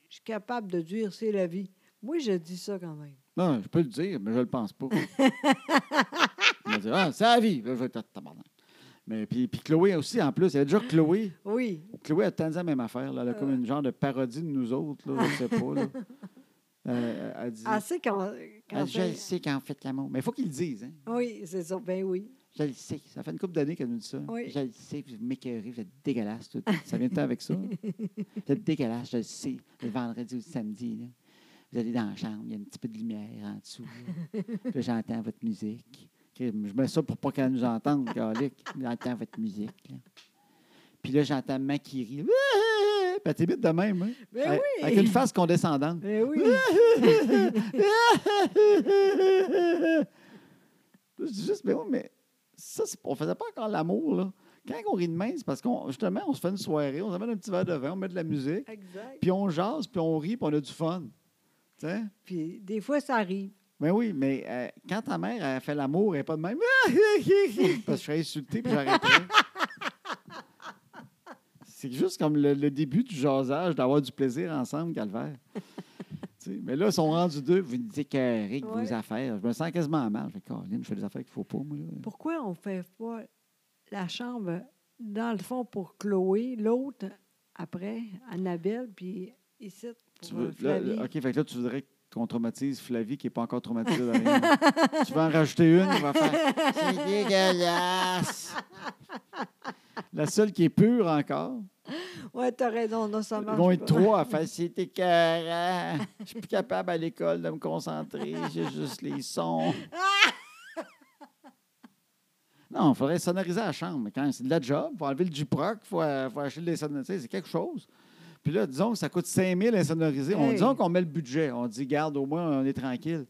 suis capable de dire c'est la vie. Moi, je dis ça quand même. Non, je peux le dire, mais je le pense pas. je me dis, ah, c'est la vie. Là, je vais être tabarnak. Mais puis, puis Chloé aussi, en plus, il y avait déjà Chloé. Oui. Chloé a tendance à la même affaire. Là. Elle a comme Euh. une genre de parodie de nous autres. Là, je sais pas. Là. Euh, elle dit, Assez quand. quand elle dit, je le elle- sais quand fait l'amour. Mais il faut qu'ils le disent. Hein. Oui, c'est ça. Ben oui. Je le sais. Ça fait une couple d'années qu'elle nous dit ça. Oui. Je le sais, puis vous m'écœurez, vous êtes dégueulasse. tout. Ça vient de temps avec ça. Vous êtes dégueulasse, je le sais. Le vendredi ou le samedi, là, vous allez dans la chambre, il y a un petit peu de lumière en dessous. là. Puis là, j'entends votre musique. Crime, Je mets ça pour pas qu'elle nous entende, Calique. J'entends votre musique. là. Puis là, j'entends Makiri. Puis elle t'imite de même. hein. Ben Avec- oui. Avec une face condescendante. Ben oui. Je dis juste, mais oui, mais ça, c'est- on faisait pas encore l'amour, là. Quand on rit de main, c'est parce qu'on justement, on se fait une soirée, on s'amène un petit verre de vin, on met de la musique, Exact. puis on jase, puis on rit, puis on a du fun. Tu sais? Puis des fois, ça arrive. Ben oui, mais euh, quand ta mère elle fait l'amour, elle n'est pas de même. Parce que je serais insulté puis j'arrêterais. C'est juste comme le, le début du jasage, d'avoir du plaisir ensemble, Calvaire. Tu sais, mais là, ils sont rendus deux. Vous me dites que Rick, Ouais. vos affaires. Je me sens quasiment mal. Je fais, Caroline, je fais des affaires qu'il ne faut pas, moi. là. Pourquoi on fait pas la chambre dans le fond pour Chloé, l'autre après, Annabelle, puis ici pour Tu veux, euh, là, Flavie? OK, fait que là, tu voudrais qu'on traumatise Flavie qui n'est pas encore traumatisée de rien. tu vas en rajouter une, elle va faire C'est dégueulasse! La seule qui est pure encore. Ouais, t'as raison, non, ça marche. Ils vont être pas. trois à faire c'est écœurant. Je suis plus capable à l'école de me concentrer. J'ai juste les sons. Non, il faudrait sonoriser la chambre. Quand c'est de la job, il faut enlever le Duproc, il faut, euh, faut acheter des sonorités. C'est quelque chose. Puis là, disons que ça coûte 5 000 insonorisé. On, Hey. disons qu'on met le budget. On dit, garde, au moins, on est tranquille.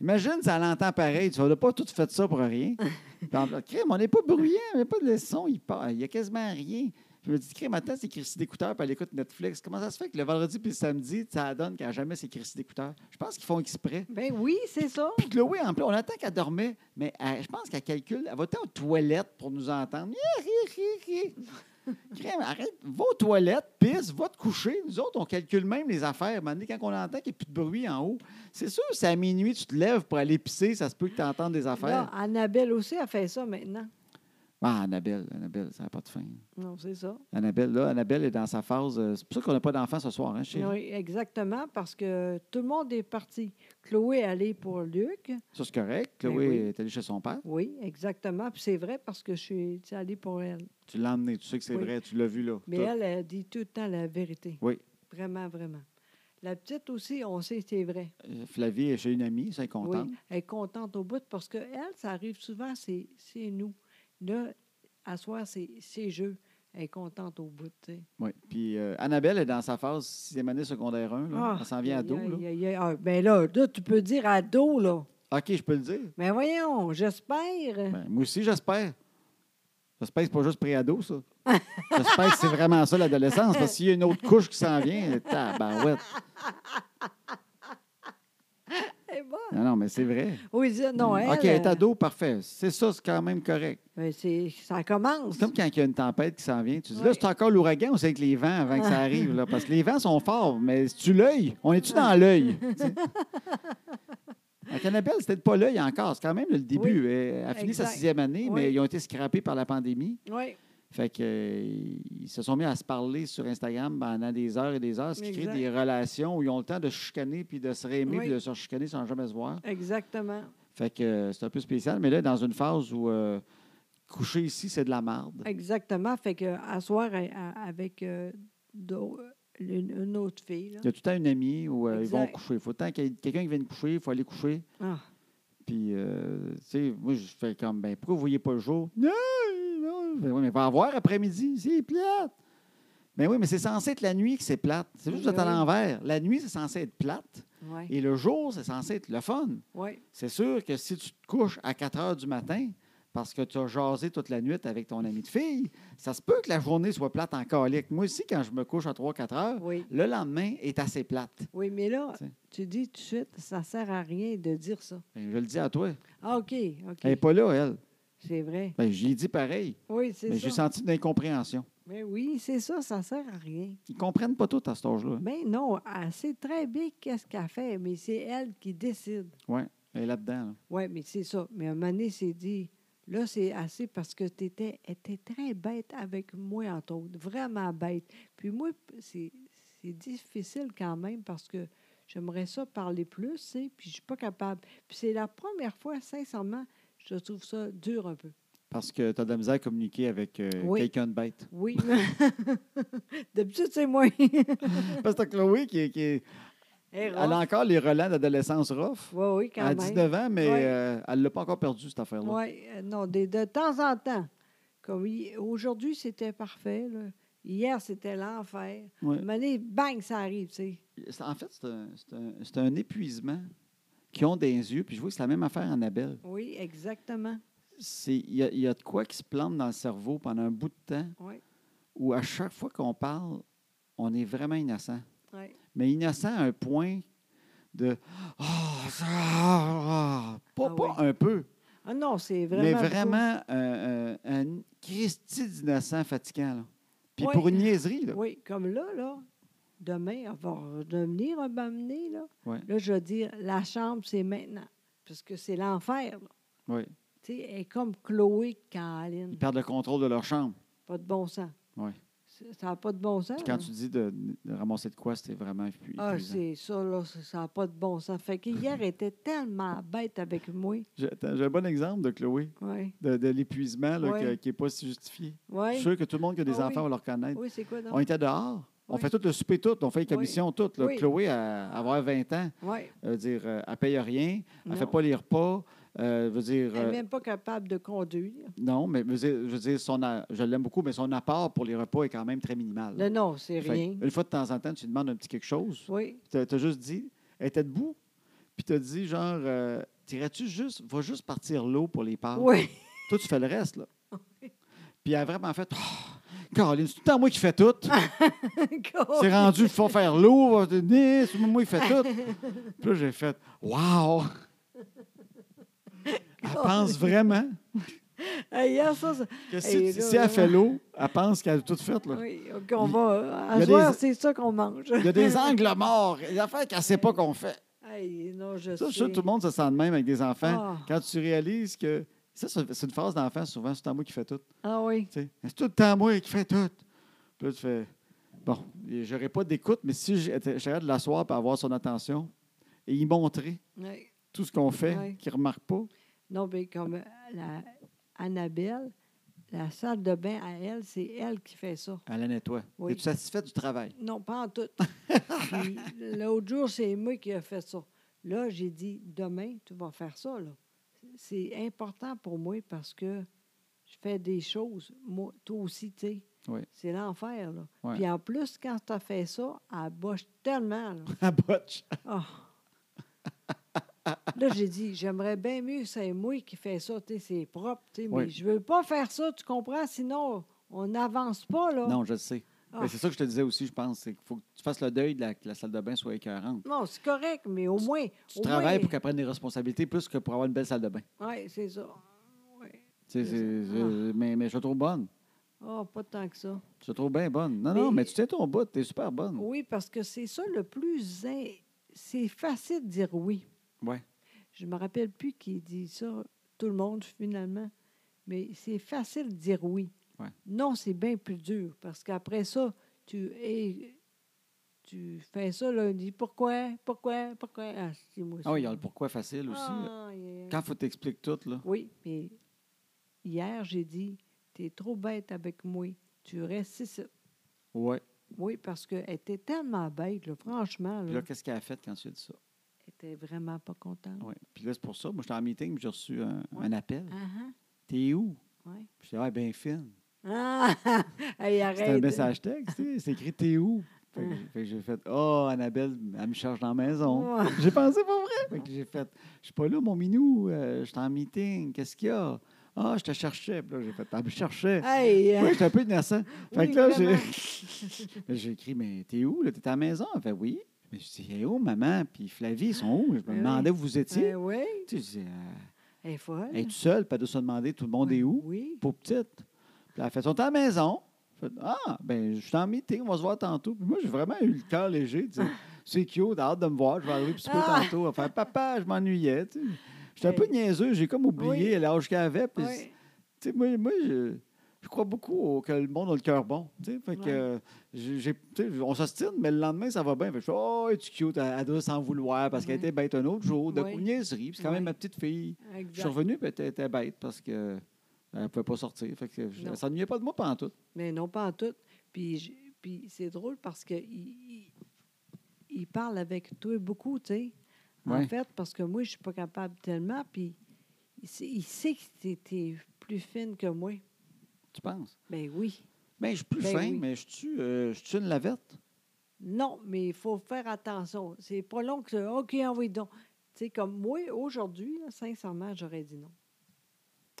Imagine, ça l'entend pareil. Tu n'as pas tout fait ça pour rien. Puis en- crime, on n'est pas bruyant, on n'a pas de leçon, il part. Il n'y a quasiment rien. Je me dis, crime, attends, c'est Christy d'écouteurs, puis elle écoute Netflix. Comment ça se fait que le vendredi puis le samedi, ça donne qu'à jamais c'est Christy d'écouteurs? Je pense qu'ils font exprès. Ben oui, c'est ça. Puis Chloé, en plus, on attend qu'elle dormait, mais elle- je pense qu'elle calcule. Elle va tant aux toilettes pour nous entendre. Hi, hi, hi, hi. Crème, arrête, va aux toilettes, pisse, va te coucher. Nous autres, on calcule même les affaires. Mais quand on entend qu'il n'y a plus de bruit en haut, c'est sûr, c'est à minuit, tu te lèves pour aller pisser, ça se peut que tu entendes des Là, affaires. Annabelle aussi a fait ça maintenant. Ah, Annabelle, Annabelle, ça n'a pas de fin. Non, c'est ça. Annabelle, là, Annabelle est dans sa phase. euh, c'est pour ça qu'on n'a pas d'enfant ce soir, hein, chérie? Oui, exactement, parce que tout le monde est parti. Chloé est allée pour Luc. Ça, c'est correct. Ben Chloé oui. est allée chez son père. Oui, exactement. Puis c'est vrai parce que je suis tu sais, allée pour elle. Tu l'as emmenée. Tu sais que c'est Oui. vrai. Tu l'as vu, là. Mais Toi. elle, elle dit tout le temps la vérité. Oui. Vraiment, vraiment. La petite aussi, on sait que c'est vrai. Euh, Flavie est chez une amie. Ça, elle est contente. Oui, elle est contente au bout parce que elle, ça arrive souvent, c'est c'est nous. Là, à soir, c'est c'est jeu. Elle est contente au bout. tu sais. Oui. Puis euh, Annabelle est dans sa phase sixième année secondaire 1. Là. Ah, elle s'en vient à aïe, dos. aïe, Là. aïe, aïe. Ah, ben là, là, tu peux dire à dos, là. OK, je peux le dire. Mais voyons, j'espère. Ben, moi aussi, j'espère. J'espère que c'est pas juste pré-ado, ça. J'espère que c'est vraiment ça, l'adolescence, parce qu'il y a une autre couche qui s'en vient. Tabarouette. Eh ben, Non, non, mais c'est vrai. oui, dis- non, elle, Mm. OK, est euh, ado, parfait. C'est ça, c'est quand même correct. ben, c'est- ça commence. C'est comme quand il y a une tempête qui s'en vient. Tu dis, là, Ouais. c'est encore l'ouragan ou c'est avec les vents avant que ça arrive? Là? Parce que les vents sont forts, mais c'est-tu l'œil? On est-tu dans l'œil? Tu sais? À Canabelle, c'était pas l'œil encore. C'est quand même le début. Elle a fini sa Exact. sixième année, mais Oui. ils ont été scrappés par la pandémie. Oui, Fait que, euh, ils se sont mis à se parler sur Instagram pendant des heures et des heures, ce qui crée Exact. des relations où ils ont le temps de se chicaner, puis de se réaimer, Oui. puis de se chicaner sans jamais se voir. exactement. Fait que euh, c'est un peu spécial. Mais là, dans une phase où euh, coucher ici, c'est de la marde. Exactement. Fait que à soir, elle- elle- avec euh, d'au- une, une autre fille. là. Il y a tout le temps une amie où euh, ils vont Exact. coucher. Il faut tant qu'il y ait quelqu'un qui vienne coucher, il faut aller coucher. Ah, Puis, euh, tu sais, moi, je fais comme, ben, pourquoi vous voyez pas le jour? Non, non. Ben oui, mais va en voir après-midi, c'est plate. Mais oui, mais c'est censé être la nuit que c'est plate. C'est juste que vous êtes à Ben oui. l'envers. La nuit, c'est censé être plate. ouais. Et le jour, c'est censé être le fun. Oui, C'est sûr que si tu te couches à 4 heures du matin parce que tu as jasé toute la nuit avec ton ami de fille, ça se peut que la journée soit plate en colique. Moi aussi, quand je me couche à 3-4 heures, oui. le lendemain est assez plate. Oui, mais là, Tu sais. tu dis tout de suite, ça sert à rien de dire ça. Ben, je le dis à toi. Ah, OK, OK. Elle n'est pas là, elle. C'est vrai. Ben, je l'ai dit pareil. Oui, c'est Mais j'ai ça. senti de l'incompréhension. Mais oui, c'est ça, ça sert à rien. Ils ne comprennent pas tout à cet âge-là. hein. Mais non, elle sait très bien qu'est-ce qu'elle fait, mais c'est elle qui décide. Elle est là-dedans. là. Oui, mais c'est ça. Mais à un moment donné, c'est dit, là, c'est assez parce que tu étais, très bête avec moi, entre autres. Vraiment bête. Puis moi, p- c'est c'est difficile quand même parce que j'aimerais ça parler plus, tu sais, puis je suis pas capable. Puis c'est la première fois, sincèrement, je trouve ça dur un peu. Parce que tu as de la misère à communiquer avec euh, Oui. quelqu'un de bête. Oui. D'habitude, c'est moi. Parce que t'as Chloé, qui, est- qui est- Eh, elle a Rolf. encore les relents d'adolescence rough. Oui, oui, À quand même. 19 ans, mais Ouais. euh, elle ne l'a pas encore perdu, cette affaire-là. Oui, euh, non, de, de temps en temps. Comme hi- aujourd'hui, c'était parfait. là. Hier, c'était l'enfer. Ouais. Mais là, bang, ça arrive, tu sais. C'est- En fait, c'est un, c'est un- c'est un épuisement qui ont des yeux. Puis je vois que c'est la même affaire en Abel. Oui, exactement. C'est- Il y, a- il y a de quoi qui se plante dans le cerveau pendant un bout de temps Oui, où à chaque fois qu'on parle, on est vraiment innocent. oui. mais innocent à un point de Ah, ça, ah, ah. pas, Ah pas un peu, Ah non, c'est vraiment. mais beaucoup. vraiment euh, euh, un Christi d'innocent fatigant. là. Puis Ouais. pour une niaiserie, là. Oui, comme là, là. Demain, elle va revenir elle va m'amener, là. Ouais. Là, je vais dire, la chambre, c'est maintenant. Parce que c'est l'enfer, là. Ouais. Tu sais, elle est comme Chloé quand ils Aline. perdent le contrôle de leur chambre. Pas de bon sens. Ouais. Ça ça n'a pas de bon sens. Puis quand là. tu dis de, de ramasser de quoi, c'était vraiment épu- Ah, épuisant. c'est ça, là, ça- ça n'a pas de bon sens. Fait qu'hier, elle était tellement bête avec moi. J'ai attends, j'ai un bon exemple de Chloé, Oui. de, de l'épuisement là, Ouais. que- qui n'est pas si justifié. Je suis Oui. sûr que tout le monde qui a des Ah oui. enfants va le reconnaître. Oui, c'est quoi, On donc? était dehors, on Ouais. fait tout le souper tout, on fait les Oui. commissions toutes. là. Oui. Chloé, à avoir 20 ans, Oui. Elle veut dire, euh, elle ne paye rien, elle ne fait Non. pas les repas, Euh, je veux dire, Elle n'est euh, même pas capable de conduire. non, mais je veux dire, je, veux dire, son a- je l'aime beaucoup, mais son apport pour les repas est quand même très minimal. Non, non, c'est Fait que, euh, rien. Une fois de temps en temps, tu lui demandes un petit quelque chose. Oui. Tu as, juste dit, elle était debout, puis tu as dit, genre, euh, tirais-tu juste, va juste partir l'eau pour les pâtes. Oui. Toi, tu fais le reste, là. Puis elle a vraiment fait, oh, Caroline, c'est tout le temps moi qui fais tout. C'est rendu, il faut faire l'eau, va te dire, c'est moi qui fais tout. Puis là, j'ai fait, wow! Elle pense vraiment Hey, hier, ça, ça- que si, Hey, là, si elle là, fait l'eau, elle pense qu'elle a tout fait, là. Oui, qu'on Il- va. euh, il y À a ce soir, des- c'est ça qu'on mange. Il y a des angles morts, il y a des affaires qu'elle ne sait pas qu'on fait. Hey, non, je Ça, je suis sûr sais. que tout le monde se sent de même avec des enfants. Ah. Quand tu réalises que. Ça, c'est c'est une phrase d'enfant, souvent, c'est tout le temps moi qui fais tout. Ah oui. tu sais. C'est tout le temps moi qui fais tout. Puis là, tu fais. Bon, j'aurais pas d'écoute, mais si j'étais- j'essayais de l'asseoir pour avoir son attention et y montrer Oui. tout ce qu'on fait Ouais. qu'il ne remarque pas. Non, mais comme euh, la Annabelle, la salle de bain à elle, c'est elle qui fait ça. Elle la nettoie. Oui. Es-tu satisfait du travail? Non, pas en tout. Puis, L'autre jour, c'est moi qui ai fait ça. Là, j'ai dit, demain, tu vas faire ça. là. C'est important pour moi parce que je fais des choses, moi, toi aussi, tu sais. Oui. C'est l'enfer, là. Ouais. Puis en plus, quand tu as fait ça, elle bosse tellement, là. La botche. Ah. Là, j'ai dit, j'aimerais bien mieux que c'est moi qui fais ça, tu sais, c'est propre, tu sais, Oui. mais je veux pas faire ça, tu comprends, sinon on n'avance pas, là. Non, je le sais. Ah. Mais C'est ça que je te disais aussi, je pense. C'est qu'il faut que tu fasses le deuil de la, que la salle de bain soit écœurante. Non, c'est correct, mais au moins. Tu au travailles moins- pour qu'elle prenne des responsabilités plus que pour avoir une belle salle de bain. Oui, c'est ça. Tu sais, C'est c'est- ça. c'est- mais, mais je la trouve bonne. Ah, pas tant que ça. Je la trouve bien bonne. Non, Mais- non, mais tu tiens ton bout. Tu es super bonne. Oui, parce que c'est ça le plus. in- C'est facile de dire oui. Ouais. Je me rappelle plus qui dit ça, tout le monde finalement, mais c'est facile de dire oui. Ouais. Non, c'est bien plus dur parce qu'après ça, tu es. Tu fais ça lundi. Pourquoi? Pourquoi? Pourquoi? Ah, c'est moi Ah oui, il y a ça. le pourquoi facile aussi. là. Ah, aïe, aïe, aïe. Quand il faut t'expliquer tout, là. Oui, mais hier, j'ai dit, tu es trop bête avec moi. Tu restes ici. Mm. Ouais. Oui, parce qu'elle était tellement bête, là, franchement. Puis Là, là, qu'est-ce qu'elle a fait quand tu as dit ça? Elle était vraiment pas contente. Ouais. Puis là, c'est pour ça. Moi, j'étais en meeting, puis j'ai reçu un, Mm. Ouais. un appel. Ah, T'es où? ah, ouais. Puis j'ai dit, ah, ben fine. Ah, ah, hey, C'est un arrête. message texte, tu sais, c'est écrit T'es où? Fait que, fait que j'ai fait Oh, Annabelle, elle me cherche dans la maison. Ouais. J'ai pensé pour vrai. Fait que j'ai fait Je suis pas là, mon minou, euh, je suis en meeting, qu'est-ce qu'il y a? Ah, je te cherchais. Puis là, j'ai fait Elle me cherchait. Hey, euh, Oui, j'étais un peu innocent. Fait Ah, Oui, que là, j'ai- vraiment. Mais j'ai écrit Mais t'es où? là? T'es à la maison? Elle fait Oui. Mais je dis Eh, où, maman? Puis Flavie, ils sont où? Je me Ben oui. demandais où vous étiez. ben oui, Tu sais, je dis, elle est folle. Euh, Es-tu seule? Puis elle doit se demander Tout le monde est Ouais, où? Oui. pour petite. Puis elle fait son à la maison. J'ai fait, ah, ben, je suis en meeting, on va se voir tantôt. Puis moi, j'ai vraiment eu le cœur léger. tu sais. C'est cute, hâte de me voir, je vais arriver un petit peu Ah! tantôt. Elle fait, papa, je m'ennuyais. tu sais. J'étais un peu Hey. niaiseux, j'ai comme oublié Oui. l'âge qu'elle avait. Puis, Oui. tu sais, moi, moi, je, je crois beaucoup au- que le monde a le cœur bon. tu sais. Fait que, Ouais. euh, j'ai- j'ai- tu sais, on s'ostine, mais le lendemain, ça va bien. Fait que je fais, oh, es-tu cute? Elle, elle doit s'en vouloir parce qu'elle Ouais. était bête un autre jour. De Ouais. niaiserie, puis c'est quand Ouais. même ma petite fille. Je suis Exact. revenu, puis elle était bête parce qu'elle ne pouvait pas sortir. Fait que je- Non. elle s'ennuyait pas de moi pendant tout. Mais non, pas en tout. Puis, je- puis c'est drôle parce que il, il- il parle avec toi beaucoup, tu sais. En Ouais. fait, parce que moi, je suis pas capable tellement. Puis il sait, il sait que tu es plus fine que moi. Tu penses? Ben oui. Bien, je suis plus Ben fin, oui. mais je suis euh, je suis une lavette. Non, mais il faut faire attention. C'est pas long que OK, envoyez donc. Tu sais, comme moi, aujourd'hui, là, sincèrement, j'aurais dit non.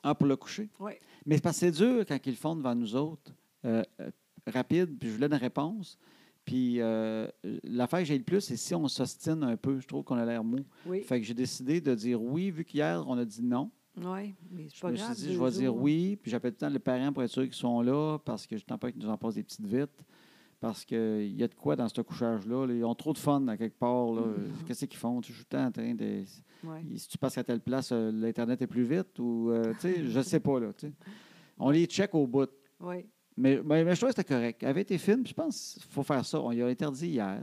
Ah, pour le coucher. Oui. Mais c'est parce que c'est dur quand ils le font devant nous autres. Euh, euh, rapide, puis je voulais une réponse. Puis euh, l'affaire que j'ai le plus, c'est si on s'ostine un peu. Je trouve qu'on a l'air mou. Oui. Fait que j'ai décidé de dire oui, vu qu'hier, on a dit non. Oui. Mais c'est Je pas me grave. suis dit, je deux vais dire jours. oui. Puis j'appelle tout le temps les parents pour être sûr qu'ils sont là parce que je t'en pas qu'ils nous en passent des petites vites. Parce qu'il y a de quoi dans ce couchage-là. là. Ils ont trop de fun à quelque part. là. Mm. Qu'est-ce qu'ils font? Tu suis tout le temps en train de. Ouais. Si tu passes à telle place, euh, l'Internet est plus vite ou. euh, tu sais, je sais pas. Là, tu sais. On les check au bout. Oui. Mais, mais, mais je trouvais que c'était correct. Elle avait été fine, puis je pense qu'il faut faire ça. On lui a interdit hier.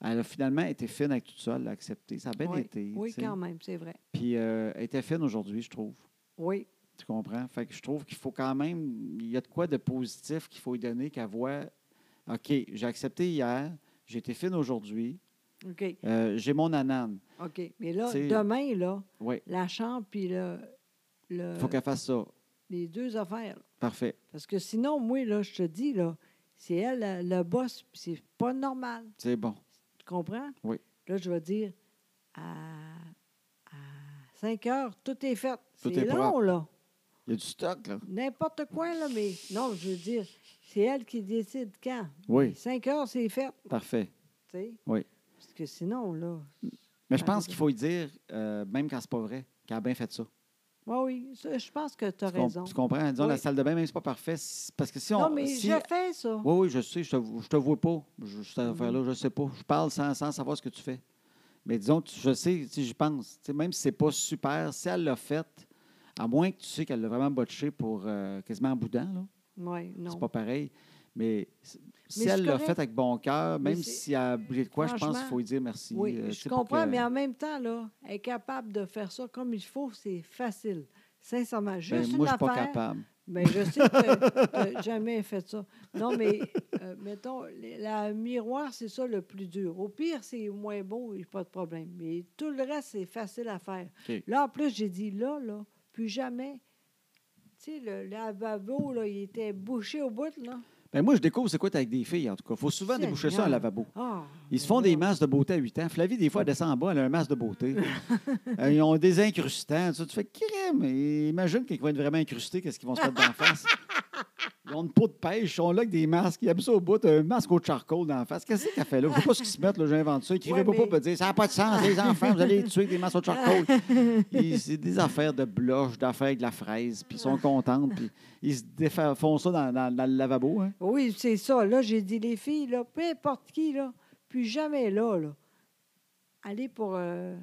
Elle a finalement été fine avec toute seule, elle a accepté. Ça a bien oui. été. Oui, tu sais. quand même, c'est vrai. Puis euh, elle était fine aujourd'hui, je trouve. Oui. Tu comprends? Fait que je trouve qu'il faut quand même. Il y a de quoi de positif qu'il faut lui donner qu'elle voit. OK, j'ai accepté hier, j'ai été fine aujourd'hui, OK. Euh, j'ai mon anane. OK. Mais là, C'est- demain, là, Oui, la chambre puis le, le- il faut qu'elle fasse ça. les deux affaires. là. Parfait. Parce que sinon, moi, là, je te dis, là, c'est elle, la- le boss, puis c'est pas normal. C'est bon. Tu comprends? Oui. Là, je vais dire, à, à 5 heures, tout est fait. Tout c'est est long, propre. là. Il y a du stock, là. N'importe quoi, là, mais non, je veux dire, c'est elle qui décide quand. Oui, 5 heures, c'est fait. parfait. tu sais. Oui. Parce que sinon, là. Mais je Parfait. pense qu'il faut y dire, euh, même quand c'est pas vrai, qu'elle a bien fait ça. Oui, oui, ça, je pense que tu as Tu, com- raison. tu comprends? Disons, Oui. la salle de bain, même si c'est pas parfait, si- parce que si on. Non, mais si- je fais ça. Oui, oui, je sais, je te, je te vois pas. Je, cette Mm-hmm. affaire-là, je sais pas. Je parle sans, sans savoir ce que tu fais. Mais disons, tu- je sais, si j'y pense. Tu sais, même si c'est pas super, si elle l'a fait, à moins que tu sais qu'elle l'a vraiment botché pour euh, quasiment en boudin, là. Oui, non. C'est pas pareil. Mais c- si c'est elle l'a correct. fait avec bon cœur, Mais même c'est- si elle a oublié de quoi, je pense qu'il Franchement, faut lui dire merci. Oui, euh, tu je sais, pour comprends, que- mais en même temps, là, être capable de faire ça comme il faut, c'est facile. Sincèrement, Ben, juste moi, une je suis pas affaire. capable. Mais je sais que t'as jamais fait ça. Non, mais euh, mettons, les- la miroir, c'est ça le plus dur. Au pire, c'est moins beau, il n'y a pas de problème. Mais tout le reste, c'est facile à faire. OK. Là, en plus, j'ai dit là, là, plus jamais. Tu sais, le lavabo, là, il était bouché au bout, là. Ben, moi, je découvre c'est quoi t'es avec des filles, en tout cas. Il faut souvent déboucher ça à Seigneur. lavabo. Ah, Ils se font là. des masses de beauté à 8 ans. Flavie, des fois, elle descend en bas, elle a un masque de beauté. Euh, ils ont des incrustants. tout ça. Tu fais crème. Et Imagine qu'ils vont être vraiment incrustés, qu'est-ce qu'ils vont se mettre dans la face. Ils ont une peau de pêche, ils sont là avec des masques. Ils aiment ça au bout, un masque au charcoal dans la face. Qu'est-ce qu'elle fait là? Je sais pas ce qu'ils se mettent, là, j'ai inventé ça. Écrivez Ouais, pas mais- pour me dire ça n'a pas de sens, les enfants, vous allez les tuer avec des masques au charcoal. Ils- C'est des affaires de bloche, d'affaires avec de la fraise, puis ils sont contents, puis ils se défa- font ça dans, dans- dans le lavabo. hein. Oui, c'est ça. Là, j'ai dit, les filles, là, peu importe qui, là, plus jamais là, là. Allez pour euh,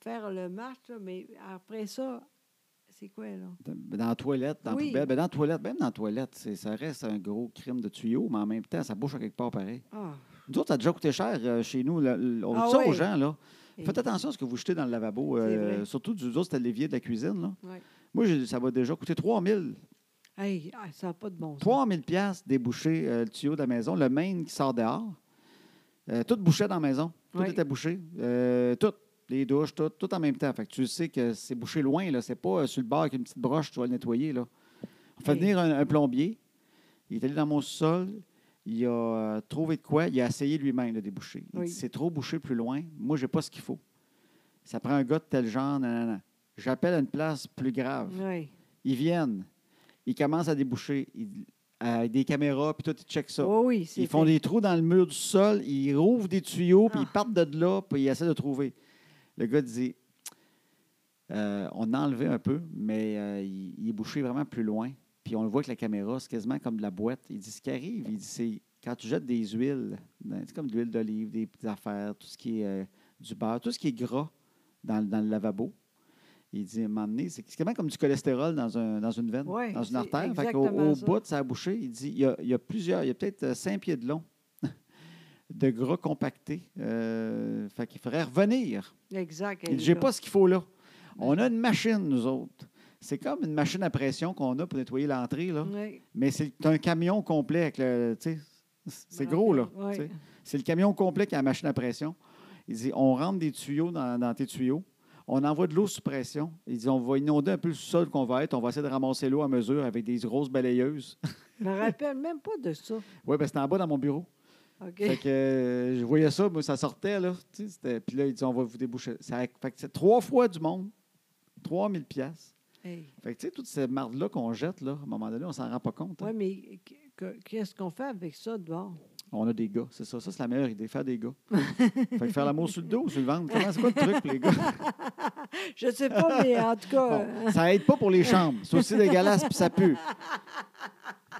faire le match, là, mais après ça, c'est quoi, là? ben, Dans la toilette, dans la Oui. poubelle. Ben, dans la toilette, même dans la toilette, c'est- ça reste un gros crime de tuyau, mais en même temps, ça bouche à quelque part pareil. Ah, Nous autres, ça a déjà coûté cher euh, chez nous. là, l- on Ah dit ça oui. aux gens, là. et- Faites attention à ce que vous jetez dans le lavabo. C'est euh, vrai. surtout, nous autres, c'était l'évier de la cuisine, là. Ouais. Moi, j'ai- ça m'a déjà coûté 3 000. Hey, ah, ça n'a pas de bon sens. 3 000 piastres déboucher euh, le tuyau de la maison, le main qui sort dehors. Euh, tout bouchait dans la maison. Tout Oui. était bouché. Euh, tout. Les douches, tout, tout en même temps. Fait que tu sais que c'est bouché loin. là. C'est pas euh, sur le bord avec une petite broche, tu vas le nettoyer. Là. On fait Hey. venir un, un plombier. Il est allé dans mon sol. Il a euh, trouvé de quoi. Il a essayé lui-même de déboucher. Il Oui. dit, c'est trop bouché plus loin. Moi, j'ai pas ce qu'il faut. Ça prend un gars de tel genre. nan, nan, nan. J'appelle à une place plus grave. Oui. Ils viennent. Ils commencent à déboucher. Ils- avec des caméras, puis tout, ils checkent ça. Oui, oui, Oh, c'est ils font fait. des trous dans le mur du sol, ils rouvrent des tuyaux, puis Ah. ils partent de là, puis ils essaient de trouver. Le gars dit Euh, On a enlevé un peu, mais euh, il, il est bouché vraiment plus loin. Puis on le voit avec la caméra, c'est quasiment comme de la boîte. Il dit Ce qui arrive, il dit c'est quand tu jettes des huiles, dans- Ben, c'est comme de l'huile d'olive, des petites affaires, tout ce qui est euh, du beurre, tout ce qui est gras dans, le- dans le lavabo. Il dit, à un moment donné, c'est c'est quasiment comme du cholestérol dans, un- dans une veine, Ouais, dans c'est une artère. Fait qu'au- exactement au ça. bout de sa bouchée, il dit, il y a, il y a plusieurs, il y a peut-être euh, cinq pieds de long de gras compacté. Euh, fait qu'il faudrait revenir. Exact. Il elle dit, est j'ai là. pas ce qu'il faut là. On a une machine, nous autres. C'est comme une machine à pression qu'on a pour nettoyer l'entrée, là. Oui. Mais c'est un camion complet avec le. tu sais, C'est Ah, gros, là. oui. tu sais. C'est le camion complet qui a la machine à pression. Il dit on rentre des tuyaux dans, dans tes tuyaux, on envoie de l'eau sous pression. Il dit on va inonder un peu le sol qu'on va être, on va essayer de ramasser l'eau à mesure avec des grosses balayeuses. Je me rappelle même pas de ça. oui, ben c'était en bas dans mon bureau. OK. Fait que euh, je voyais ça, moi, ça sortait, là. tu sais, c'était- Puis là, il dit on va vous déboucher. Ça a- fait que c'est trois fois du monde, 3000 pièces. Hey. Fait que tu sais, toutes ces mardes-là qu'on jette, là, à un moment donné, on s'en rend pas compte. hein. Oui, mais qu- que- qu'est-ce qu'on fait avec ça dehors? On a des gars, c'est ça. Ça, c'est la meilleure idée, faire des gars. fait que faire l'amour sur le dos ou sur le ventre. Comment c'est quoi le truc, pour les gars? Je sais pas, mais en tout cas, euh, Bon, ça aide pas pour les chambres. C'est aussi dégueulasse puis ça pue.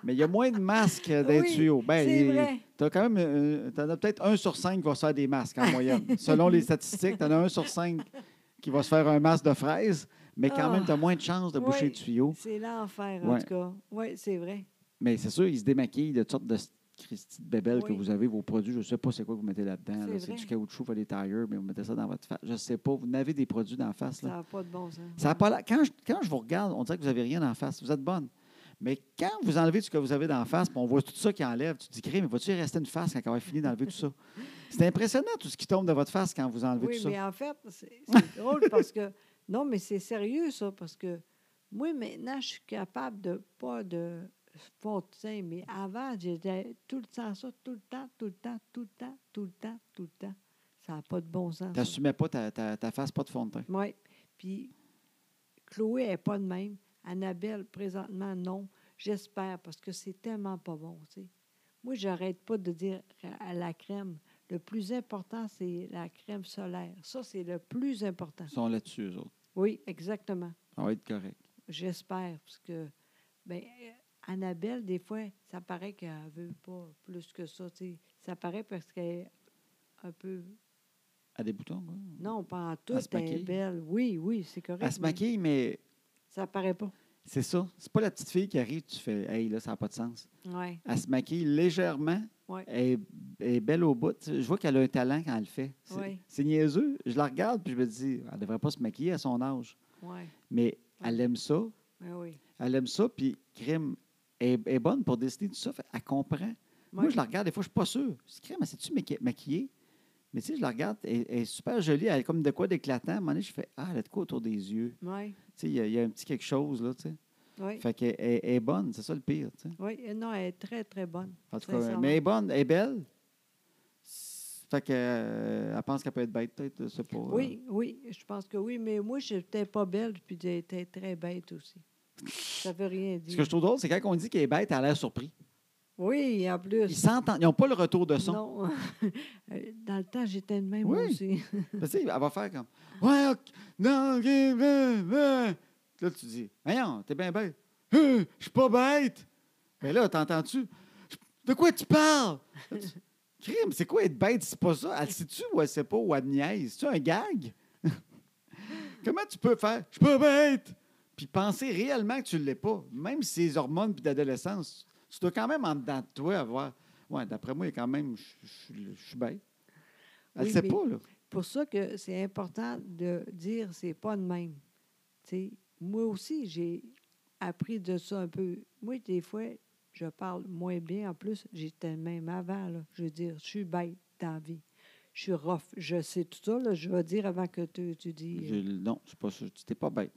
Mais il y a moins de masques dans les Oui, tuyaux. Ben, c'est il- vrai. T'as quand même, euh, t'en as peut-être un sur cinq qui va se faire des masques en moyenne. Selon les statistiques, t'en as un sur cinq qui va se faire un masque de fraises, mais quand Ah. même, t'as moins de chances de boucher Oui. le tuyau. c'est l'enfer, en Ouais. tout cas. Oui, c'est vrai. Mais c'est sûr, ils se démaquillent de toutes sortes de Christy de bébelles que Oui. vous avez, vos produits. Je sais pas c'est quoi que vous mettez là-dedans. C'est là. C'est vrai. du caoutchouc, pas des tires, mais vous mettez ça dans votre face. Je sais pas, vous n'avez des produits dans la face. Ça Là. n'a pas de bon sens. Ça a pas l'air- quand, je, quand je vous regarde, on dirait que vous n'avez rien en face. Vous êtes bonne. Mais quand vous enlevez ce que vous avez dans la face, puis on voit tout ça qui enlève, tu te dis, Crée, mais vas-tu y rester une face quand on va finir d'enlever tout ça? C'est impressionnant tout ce qui tombe de votre face quand vous enlevez Oui, tout mais ça. en fait, c'est c'est drôle parce que. Non, mais c'est sérieux, ça, parce que moi, maintenant, je suis capable de pas de faire de sein, mais avant, j'étais tout le temps ça, tout le temps, tout le temps, tout le temps, tout le temps, tout le temps. Ça n'a pas de bon sens. Tu n'assumais pas ta, ta- ta face, pas de fond de teint. Oui. Puis, Chloé n'est pas de même. Annabelle, présentement, non. J'espère, parce que c'est tellement pas bon, tu sais. Moi, j'arrête pas de dire à la crème. Le plus important, c'est la crème solaire. Ça, c'est le plus important. Ils sont là-dessus, eux autres. Oui, exactement. Ça va être correct. J'espère, parce que, ben, euh, Annabelle, des fois, ça paraît qu'elle ne veut pas plus que ça, tu sais. Ça paraît parce qu'elle est un peu... À des boutons, quoi. Non, pas en tout, Elle se elle est maquille. belle. Oui, oui, c'est correct. Elle se mais maquille, mais Ça paraît pas. c'est ça. C'est pas la petite fille qui arrive, tu fais, hey, là, ça n'a pas de sens. Oui, Elle se maquille légèrement. oui. Elle est, elle est belle au bout. Tu sais, Je vois qu'elle a un talent quand elle le fait. C'est Oui. c'est niaiseux. Je la regarde puis je me dis, elle devrait pas se maquiller à son âge. Oui, Mais elle aime ça. ben oui. Elle aime ça. Puis, crime, elle, elle est bonne pour dessiner tout ça. Fait, Elle comprend. Moi, Ouais. je la regarde. Des fois, je suis pas sûr. C'est crime, c'est-tu maquillée? Mais tu sais, je la regarde. Elle, elle est super jolie. Elle a comme de quoi d'éclatant. À un moment donné, je fais, ah, elle a de quoi autour des yeux. Oui, Tu sais, il y, a- il y a un petit quelque chose, là, tu sais. oui. Fait qu'elle elle- elle est bonne. C'est ça le pire, tu sais. Oui, euh, non, elle est très, très bonne. En tout cas, Sincèrement. mais elle est bonne, elle est belle. S- Fait que, euh, elle pense qu'elle peut être bête, peut-être, je sais pas. euh. Oui, oui, je pense que oui, mais moi, je n'étais pas belle, puis j'étais très bête aussi. Ça veut rien dire. euh. Ce que je trouve drôle, c'est quand on dit qu'elle est bête, elle a l'air surpris. Oui, en Ils plus. s'entendent, ils n'ont pas le retour de son. Non. Euh, Dans le temps, j'étais de même Oui. aussi. Parce que, tu sais, elle va faire comme Ouais, ok, non, ok, ben, ben. Là, tu dis Voyons, t'es bien bête. Euh, Je suis pas bête. Mais là, t'entends-tu Je- De quoi tu parles Là, tu- Crime, c'est quoi être bête C'est pas ça. Elle sait-tu ou elle sait pas ou elle niaise C'est-tu un gag Comment tu peux faire Je suis pas bête Puis penser réellement que tu l'es pas, même si les hormones puis d'adolescence, tu dois quand même en dedans de toi avoir. Ouais, d'après moi, il y a quand même, je- je je- je suis bête. Elle Oui, sait mais- pas, là. pour ça que c'est important de dire c'est pas de même. Tu sais, moi aussi, j'ai appris de ça un peu. Moi, des fois, je parle moins bien. En plus, j'étais le même avant. là. Je veux dire, je suis bête dans la vie. Je suis rough. Je sais tout ça. là. je vais dire avant que tu, tu dis. euh, J'ai- non, c'est pas ça. Tu t'es pas bête.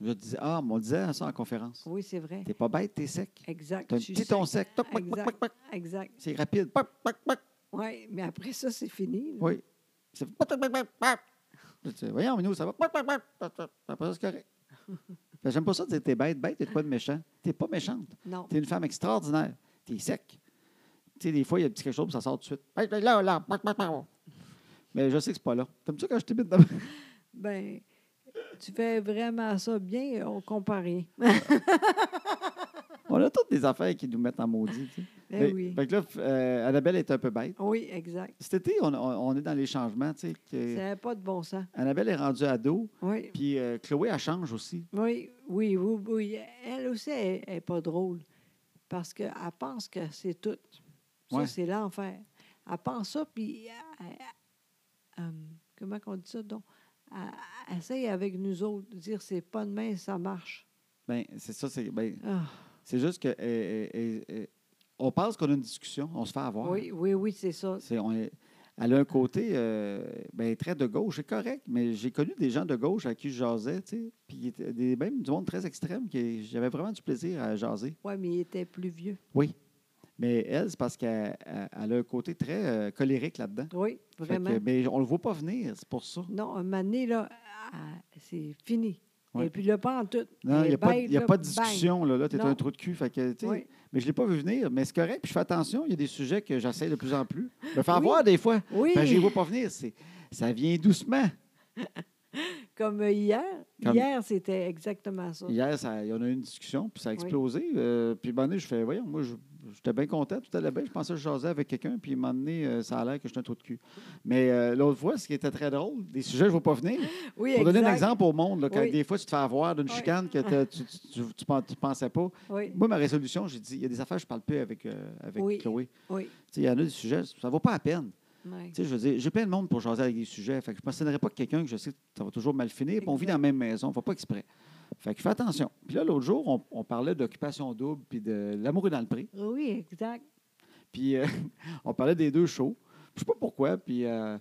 Je disais, ah, mais on disait ça en conférence. oui, c'est vrai. T'es pas bête, t'es sec. Exact. T'as un je suis petit sec. ton sec. Toc, pac, pac, pac, Exact. pac. Exact. C'est rapide. Pac, pac, pac. Oui, mais après ça, c'est fini. là. Oui. C'est pac, pac, pac, pac, pac. Là, tu dis, voyons, mais nous, ça va. Pac, pac, pac, pac, pac. Après ça, c'est correct. Fait que J'aime pas ça de dire t'es bête, bête, t'es pas de méchant. T'es pas méchante. Non. T'es une femme extraordinaire. T'es sec. Tu sais, des fois, il y a un petit quelque chose, puis ça sort tout de suite. Hey, hey, Là, là, pac, pac, pac. Mais je sais que c'est pas là. T'aimes ça quand je t'imite de même? Ben, tu fais vraiment ça bien. On compare rien. On a toutes des affaires qui nous mettent en maudit. tu sais. Ben Fait- oui. Fait que là, f- euh, Annabelle est un peu bête. Oui, exact. Cet été, on, on- on est dans les changements. tu sais, que- Ça n'a pas de bon sens. Annabelle est rendue ado, Oui. puis euh, Chloé, elle change aussi. Oui, oui, oui, oui. Elle aussi, elle n'est pas drôle. Parce qu'elle pense que c'est tout. Ça, Ouais. c'est l'enfer. Elle pense ça, puis. elle- elle- euh, comment qu'on dit ça, donc? Elle, elle essaye avec nous autres de dire c'est pas demain, ça marche. Ben, c'est ça, c'est ben, Ah, c'est juste que euh, euh, euh, on pense qu'on a une discussion, on se fait avoir. oui, oui, oui, c'est ça. C'est- on est- elle a un côté euh, ben, très de gauche, c'est correct, mais j'ai connu des gens de gauche à qui je jasais, tu sais, puis il était des, même du monde très extrême, qui j'avais vraiment du plaisir à jaser. Oui, mais il était plus vieux. Mais elle, c'est parce qu'elle elle- elle a un côté très euh, colérique là-dedans. Oui, Fait que, vraiment. ben, on le voit pas venir, c'est pour ça. Non, un moment donné, là, elle- c'est fini. Ouais. Et puis le pas en tout. Non, il Elle n'y a, est pas de- y belle, a Eh ben là, pas de bang. discussion. Là, là tu es Non. un trou de cul. Fait que, tu sais, Oui. Mais je ne l'ai pas vu venir. Mais c'est correct. Puis je fais attention. Il y a des sujets que j'essaie de plus en plus. Me faire Oui. voir des fois. Oui, Ben, je ne les vois pas venir. C'est- Ça vient doucement. comme euh, hier. Comme- Hier, c'était exactement ça. Hier, ça- il y en a eu une discussion, puis ça a explosé. Euh, puis, à un moment donné, je fais, voyons, moi, je- j'étais bien content, tout allait bien. Je pensais que je jasais avec quelqu'un, puis à un moment donné, euh, ça a l'air que j'étais un trou de cul. Mais euh, l'autre fois, ce qui était très drôle, des sujets, je ne vois pas venir. Oui, Pour donner un exact. exemple au monde, là, quand Oui. des fois, tu te fais avoir d'une Oui. chicane que t'as- tu ne pensais pas. Oui, Moi, ma résolution, j'ai dit, il y a des affaires, je ne parle plus avec, euh, avec Oui. Chloé. oui. Tu sais, Il y en a des sujets, ça ne vaut pas la peine. oui. Tu sais, je veux dire, j'ai plein de monde pour jaser avec des sujets. Fait que je ne m'assignerai pas que quelqu'un que je sais que ça va toujours mal finir. puis on vit dans la même maison, on ne va pas exprès. Fait que fais attention. Puis là, l'autre jour, on, on parlait d'occupation double puis de l'amour est dans le pré. Oui, exact. Puis euh, on parlait des deux shows. Je sais pas pourquoi. Puis euh,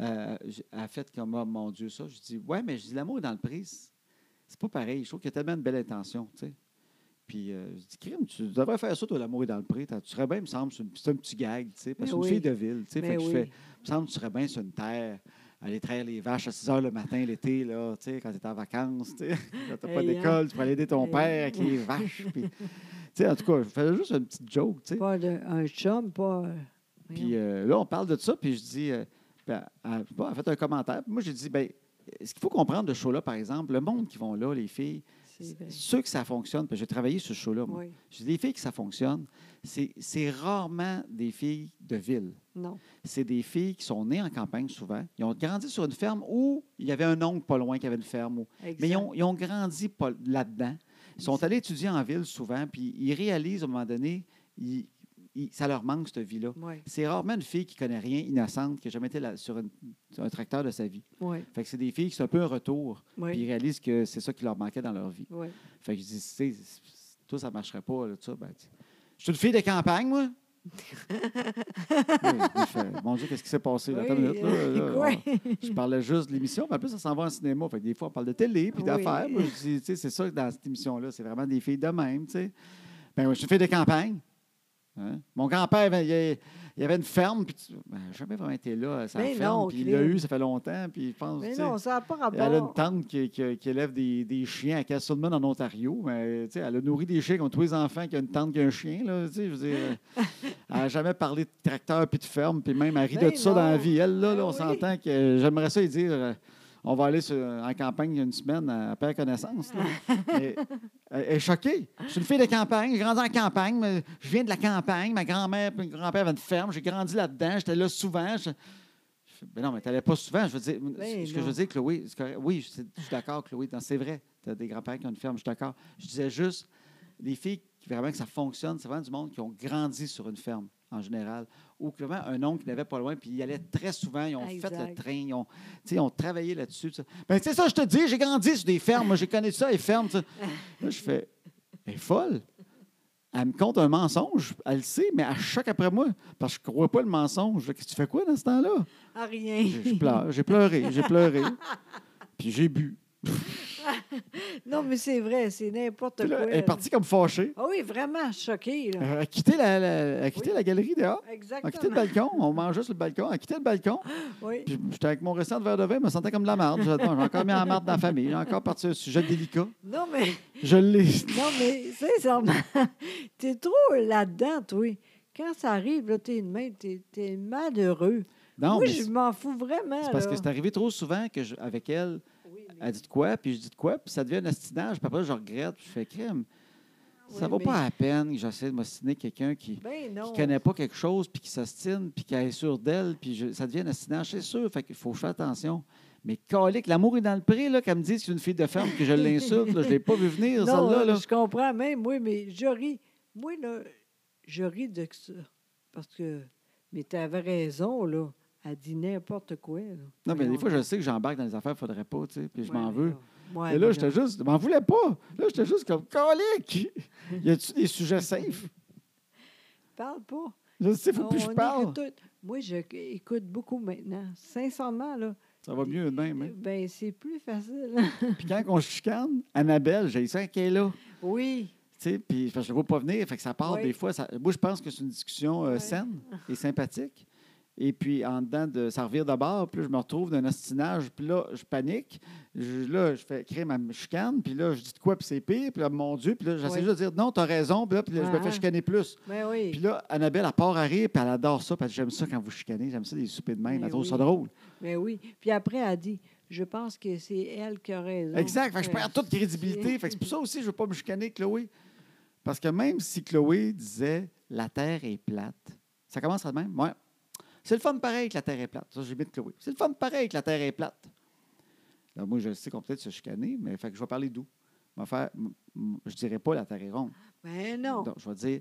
euh, j- elle a fait comme Ah, mon Dieu ça. Je dis ouais, mais je dis l'amour est dans le prix. C'est pas pareil. Je trouve qu'il y a tellement de belles intentions, tu sais. Puis euh, je dis crime, tu devrais faire ça toi l'amour est dans le pré. T'as- Tu serais bien, me semble, sur une- c'est un petit gag, tu sais, parce que Mais c'est oui. une fille de ville, tu sais. Fait Mais que je Ben oui. fais, me semble, tu serais bien sur une terre. Aller traire les vaches à 6 h le matin l'été, là, tu sais, quand tu es en vacances, tu sais, quand tu pas Hey, hein. d'école, tu peux aller aider ton Hey. père avec les vaches. puis- tu sais, en tout cas, je faisais juste une petite joke, tu sais. Pas de- un chum, pas. euh, voyons. Puis euh, là, on parle de ça, puis je dis, euh, puis elle- elle- bon, elle a fait un commentaire. Puis moi, j'ai dit, ben, ce qu'il faut comprendre de ce show-là, par exemple, le monde qui vont là, les filles, C'est vrai. ceux que ça fonctionne, parce que j'ai travaillé sur ce show-là, moi. Oui, J'ai dit, les filles que ça fonctionne, c'est c'est rarement des filles de ville. non. C'est des filles qui sont nées en campagne souvent. Ils ont grandi sur une ferme où il y avait un oncle pas loin qui avait une ferme. ou- Exact. mais ils ont, ils ont grandi pas là-dedans. Ils sont allés étudier en ville souvent, puis ils réalisent à un moment donné, ils- ils- ça leur manque cette vie-là. Oui, C'est rarement une fille qui connaît rien, innocente, qui n'a jamais été là- sur, une- sur un tracteur de sa vie. oui, Fait que c'est des filles qui sont un peu un retour, puis ils oui. réalisent que c'est ça qui leur manquait dans leur vie. oui. Fait que je dis, Tu sais, toi, ça ne marcherait pas, là, tout ça. Ben, tu- je suis une fille de campagne, moi. Oui, je fais, mon Dieu, qu'est-ce qui s'est passé? là? Attends une Oui, minute, là, euh, là, quoi? on- je parlais juste de l'émission, mais en plus, ça s'en va en cinéma. Fait que des fois, on parle de télé, puis Oui. d'affaires. Moi, je dis, tu sais, c'est ça que dans cette émission-là, c'est vraiment des filles de même, tu sais. Ben, moi, je suis une fille de campagne. Hein? Mon grand-père, ben, il y a- il y avait une ferme, puis tu- ben, j'ai jamais vraiment été là, ça Mais ferme, Ben non, puis il l'a Clint. Ben eu, ça fait longtemps, puis je pense, tu Mais sais, non, ça n'a pas elle a une rapport. tante qui, qui- qui élève des, des chiens à Castleman, en Ontario, mais tu sais, elle a nourri des chiens comme tous les enfants qui ont une tante qui a un chien, là, tu sais, je veux dire, euh, elle n'a jamais parlé de tracteur, puis de ferme, puis même, elle rit de Ben tout ça dans la non. vie. Elle, là, Ben là, on oui. s'entend que euh, j'aimerais ça lui dire... euh, on va aller sur- en campagne une semaine à, à perdre connaissance. là. Mais elle elle est choquée. Je suis une fille de campagne, j'ai grandi en campagne, mais je viens de la campagne, ma grand-mère et mon grand-père avaient une ferme, j'ai grandi là-dedans, j'étais là souvent. Je... je fais, Ben non, mais tu n'allais pas souvent. Je veux dire, Ben ce que je veux non. dire, Chloé, c'est correct. oui, je, je suis d'accord, Chloé, non, c'est vrai, tu as des grands-parents qui ont une ferme, je suis d'accord. Je disais juste, les filles, qui- vraiment que ça fonctionne, c'est vraiment du monde qui ont grandi sur une ferme, en général, ou que vraiment un oncle qui n'avait pas loin, puis ils allaient très souvent, ils ont fait le Exact. train, ils ont tu sais, on travaillait là-dessus. tout ça. Ben, c'est ça, je te dis, j'ai grandi sur des fermes. Moi, j'ai connu ça, les fermes. tout ça. Là, je fais, elle est folle. Elle me compte un mensonge. Elle le sait, mais elle choque après moi. Parce que je ne crois pas le mensonge. Qu'est-ce que tu fais quoi dans ce temps-là? Ah, rien. Je, je pleure. J'ai pleuré. J'ai pleuré. Puis j'ai bu. Non, mais c'est vrai, c'est n'importe Puis là, quoi. elle est partie comme fâchée. Ah oui, vraiment choquée. là. Elle Ah, a quitté la, la- elle a quitté Oui. la galerie dehors. Elle a quitté le Exactement. balcon. On mangeait sur le balcon. Elle a quitté le balcon. Oui. Puis j'étais avec mon restant de verre de vin. Je me sentais comme de la marde. J'ai dit, Bon, j'ai encore mis la marde dans la famille. J'ai encore parti sur un sujet délicat. Non, mais, Je l'ai. non, mais sincèrement, t'es trop là-dedans, toi. Quand ça arrive, là, t'es une main, t'es t'es malheureux. Non, Moi, mais je m'en fous vraiment. C'est parce là. que c'est arrivé trop souvent que je- avec elle, Oui, mais- elle dit de quoi, puis je dis de quoi, puis ça devient un ostinage, puis après je regrette, puis je fais crème. Ça Oui, vaut mais- pas la peine que j'essaie de m'ostiner quelqu'un qui Ben non. ne connaît pas quelque chose, puis qui s'ostine, puis qui est sûr d'elle, puis je- ça devient un ostinage, c'est sûr, fait qu'il faut faire attention. Mais calique, l'amour est dans le pré, là, qu'elle me dise que c'est une fille de ferme, que je l'insulte, là, je l'ai pas vu venir, Non, celle-là. là. je comprends même, moi, mais je ris. Moi, là, je ris de ça. Parce que, mais t'avais raison, là. Elle dit n'importe quoi. là. Non, mais des Voyons fois, donc. je sais que j'embarque dans les affaires, il faudrait pas, tu sais, puis je Ouais, m'en mais veux. là. Ouais, Et là, mais j'étais juste, je m'en voulais pas. Là, j'étais juste comme, calique, y a-tu des sujets safe? Parle pas. Je sais, faut On- plus que je on parle. écoute tout. Moi, j'écoute beaucoup maintenant. Sincèrement, là, Ça va mieux de même. hein. ben, c'est plus facile. Puis quand on se chicane, Annabelle, j'ai ça qu'elle est là. oui. Tu sais, puis parce que je ne vois pas venir, fait que ça part Oui. des fois. ça- moi, je pense que c'est une discussion euh, Oui. saine et sympathique. Et puis, en dedans, de, ça revire de bord. Puis là, je me retrouve d'un ostinage. Puis là, je panique. Je- là, je fais créer ma chicane. Puis là, je dis de quoi, puis c'est pire. Puis là, mon Dieu. Puis là, j'essaie Oui. juste de dire non, t'as raison. Puis là, puis là, je me Ah, fais ah. chicaner plus. Ben oui. Puis là, Annabelle, elle part à rire. Puis elle adore ça. Puis elle dit, j'aime ça quand vous chicanez. J'aime ça, les soupers de même. Mais Elle trouve ça oui. drôle. Ben oui. Puis après, elle dit, je pense que c'est elle qui a raison. Exact. Fait que je perds toute crédibilité. Fait que c'est pour ça aussi que je ne veux pas me chicaner, Chloé. Parce que même si Chloé disait la Terre est plate, ça commence à de même. Ouais. C'est le fun pareil que la Terre est plate. Ça, j'ai mis de Chloé. C'est le fun pareil que la Terre est plate. Là, moi, je sais qu'on peut peut-être se chicaner, mais fait que je vais parler d'où. Je vais faire- m- m- Je dirais pas la Terre est ronde. Ben non. Donc, je vais dire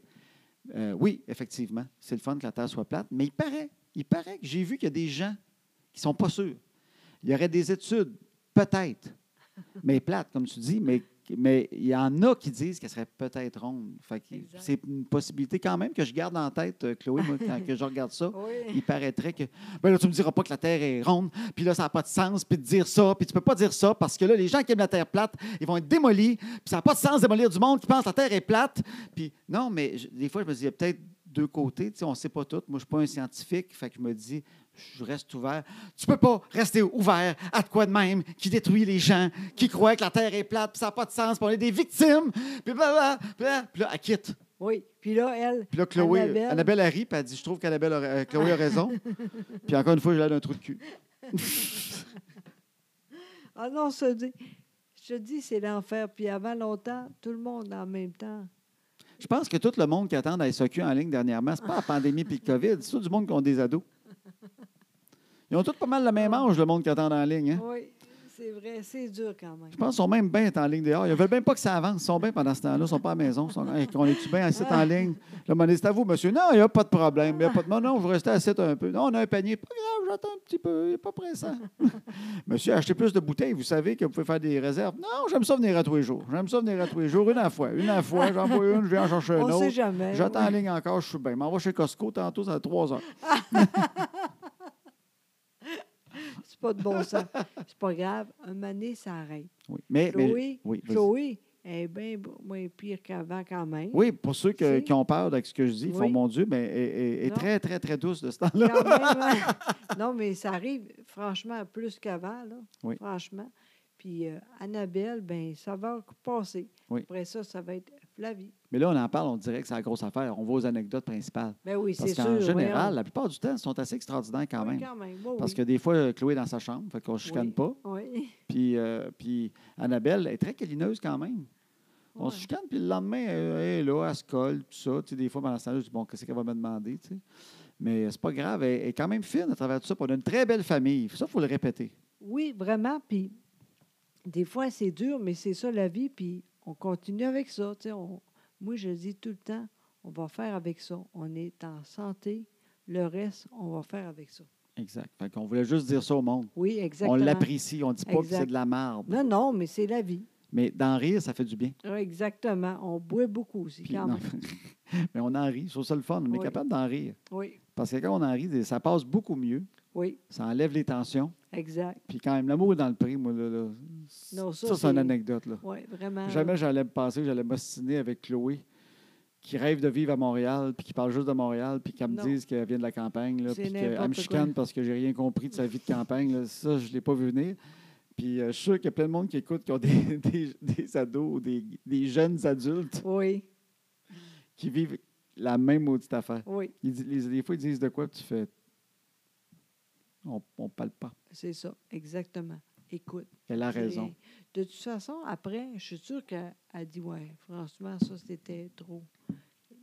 euh, oui, effectivement, c'est le fun que la Terre soit plate, mais il paraît, il paraît que j'ai vu qu'il y a des gens qui ne sont pas sûrs. Il y aurait des études, peut-être, mais plates, comme tu dis, mais Mais il y en a qui disent qu'elle serait peut-être ronde. Fait que Exact. c'est une possibilité quand même que je garde en tête, euh, Chloé, moi, quand que je regarde ça. Oui. Il paraîtrait que ben là, tu me diras pas que la Terre est ronde, puis là, ça n'a pas de sens, puis de dire ça, puis tu peux pas dire ça, parce que là, les gens qui aiment la Terre plate, ils vont être démolis, puis ça n'a pas de sens de démolir du monde qui pense que la Terre est plate. Puis non, mais je- des fois, je me dis, il y a peut-être deux côtés, tu sais, on ne sait pas tout. Moi, je ne suis pas un scientifique, fait que je me dis, je reste ouvert. Tu peux pas rester ouvert à de quoi de même qui détruit les gens, qui croient que la Terre est plate, puis ça n'a pas de sens, puis on est des victimes, puis blablabla, blablabla. puis là, elle quitte. Oui. Puis là, elle. Puis là, Chloé, Annabelle, Annabelle. a ri, puis elle dit Je trouve qu'Annabelle a, euh, Chloé a raison. puis encore une fois, je l'air d'un trou de cul. Ah non, je te dis, je te dis, c'est l'enfer. Puis avant longtemps, tout le monde en même temps. Je pense que tout le monde qui attend la SOQ en ligne dernièrement, c'est pas la pandémie puis le COVID, c'est tout du monde qui ont des ados. Ils ont tous pas mal le même âge, le monde qui attend en ligne. hein. Oui, c'est vrai, c'est dur quand même. Je pense qu'ils sont même bien en ligne dehors. Ils veulent même pas que ça avance. Ils sont bien pendant ce temps-là. Ils sont pas à la maison. Ils sont Hey, on est-tu bien assis en ligne? Le monnaie, c'est à vous, monsieur. Non, il n'y a pas de problème. Il y a pas de... Non, non, vous restez assis un peu. Non, on a un panier. Pas grave, j'attends un petit peu. Il n'est pas pressant. monsieur, achetez plus de bouteilles. Vous savez que vous pouvez faire des réserves. Non, j'aime ça venir à tous les jours. J'aime ça venir à tous les jours. Une à la fois. Une à la fois. J'en vois une, je viens en chercher une On ne sait autre. jamais. J'attends oui. en ligne encore, je suis bien. M'en va chez Costco tantôt, ça à 3 heures. C'est pas de bon sens. C'est pas grave. Un mané, ça arrête. Oui, mais, mais- Chloé, oui, vas-y. Chloé elle est bien b- moins pire qu'avant quand même. Oui, pour ceux que- C'est- qui ont peur de ce que je dis, ils font Oui. mon Dieu, mais est, est- est Non. très, très, très douce de ce temps-là. Quand même, hein. non, mais ça arrive franchement plus qu'avant, là. Oui. Franchement. Puis euh, Annabelle, ben ça va passer. Oui. Après ça, ça va être Flavie. Mais là, on en parle, on dirait que c'est la grosse affaire. On va aux anecdotes principales. Ben oui, Parce c'est sûr. qu'en général, voyons. la plupart du temps, ils sont assez extraordinaires quand Oui, même. quand même. oui, Parce oui. que des fois, euh, Chloé est dans sa chambre, fait qu'on ne chicane Oui. pas. Oui. Puis, euh, puis Annabelle est très câlineuse quand même. On se Ouais. chicane, puis le lendemain, elle elle est là, elle se colle, tout ça. Tu sais, des fois, pendant ce temps-là, je dis, bon, qu'est-ce qu'elle va me demander? tu sais? Mais euh, c'est pas grave, elle, elle est quand même fine à travers tout ça. puis on a une très belle famille. Ça, il faut le répéter. Oui, vraiment. Puis des fois, c'est dur, mais c'est ça la vie. Puis on continue avec ça. tu sais, on- moi, je dis tout le temps, on va faire avec ça. On est en santé. Le reste, on va faire avec ça. Exact. Fait qu'on voulait juste dire ça au monde. Oui, exactement. On l'apprécie, on dit pas que Exact. c'est de la marde. Non, non, mais c'est la vie. Mais d'en rire, ça fait du bien. Ah, Exactement. On boit beaucoup aussi, Puis, quand non, même. mais on en rit. C'est ça le fun. On est Oui. capable d'en rire. Oui, Parce que quand on en rit, ça passe beaucoup mieux. oui, Ça enlève les tensions. exact. Puis quand même, l'amour est dans le prix, moi, là, là, Non, ça, ça, c'est une c'est- Ah. anecdote. Là. Oui, vraiment. Jamais j'allais me passer, que j'allais m'ostiner avec Chloé, qui rêve de vivre à Montréal, puis qui parle juste de Montréal, puis qu'elle me Non. dise qu'elle vient de la campagne, là, C'est puis qu'elle n'importe me quoi. chicane parce que j'ai rien compris de sa vie de campagne. là. Ça, je ne l'ai pas vu venir. Puis euh, je suis sûr qu'il y a plein de monde qui écoute qui ont des, des- des ados ou des, des jeunes adultes Oui, qui vivent la même maudite affaire. oui, Ils di- les, des fois, ils disent de quoi, puis tu fais. On ne parle pas. c'est ça. Exactement. Écoute. Elle a C'est- raison. De toute façon, après, je suis sûre qu'elle a dit Ouais, franchement, ça, c'était trop.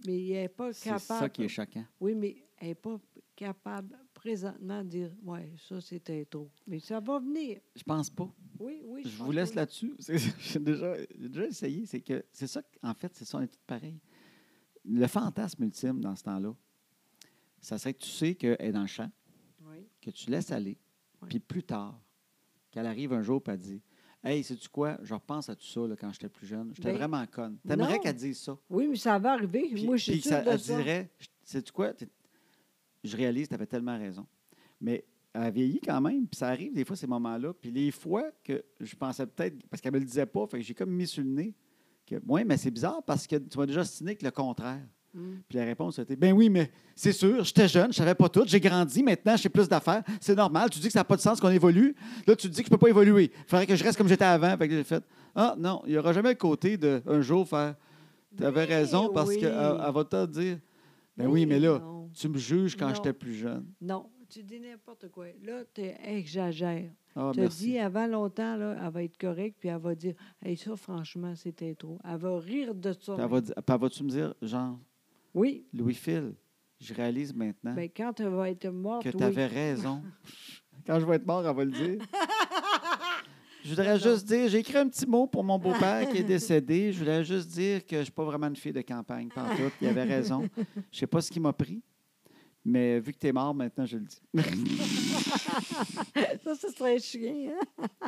Mais elle n'est pas C'est capable. ça qui est choquant. Oui, mais elle n'est pas capable présentement de dire Ouais, ça, c'était trop. Mais ça va venir. Je pense pas. Oui, oui. Je pense vous laisse que- là-dessus. C'est- J'ai déjà, j'ai déjà essayé. C'est que c'est ça, qu- en fait, c'est ça, on est tous pareils. Le fantasme ultime dans ce temps-là, ça serait que tu sais qu'elle est dans le champ, Oui, que tu laisses aller, Ouais. puis plus tard, qu'elle arrive un jour et elle dit Hey, sais-tu quoi Je repense à tout ça là, quand j'étais plus jeune. J'étais Ben, vraiment conne. non. T'aimerais qu'elle dise ça. Oui, mais ça va arriver. Puis, Moi, je suis puis ça, sûre de elle ça. dirait Sais-tu quoi T'es- Je réalise, tu avais tellement raison. Mais elle a vieilli quand même, puis ça arrive des fois ces moments-là. Puis les fois que je pensais peut-être, parce qu'elle me le disait pas, fait que j'ai comme mis sur le nez que, oui, mais c'est bizarre parce que tu m'as déjà signé que le contraire. Hum. Puis la réponse était, ben oui, mais c'est sûr, j'étais jeune, je savais pas tout, j'ai grandi, maintenant j'ai plus d'affaires, c'est normal, tu dis que ça n'a pas de sens qu'on évolue, là tu dis que je peux pas évoluer, il faudrait que je reste comme j'étais avant. Fait que j'ai fait, ah non, il n'y aura jamais le côté de un jour faire, tu avais Ben raison parce oui. qu'elle va te dire, ben oui, mais là, Non, tu me juges quand Non. j'étais plus jeune. Non, tu dis n'importe quoi. Là, tu exagères. Ah, Tu as merci. dit avant longtemps, là, elle va être correcte, puis elle va dire Hey, ça, franchement, c'était trop. Elle va rire de ça. Puis elle va di- puis elle va-tu me dire, genre, Oui, Louis-Phil, je réalise maintenant Ben, quand elle va être morte, hein? que oui. tu avais raison. Quand je vais être mort, elle va le dire. Je voudrais Attends. juste dire, j'ai écrit un petit mot pour mon beau-père qui est décédé. Je voulais juste dire que je ne suis pas vraiment une fille de campagne, pantoute. Il avait raison. Je ne sais pas ce qui m'a pris, mais vu que tu es mort, maintenant, je le dis. ça, ce serait chien. Hein?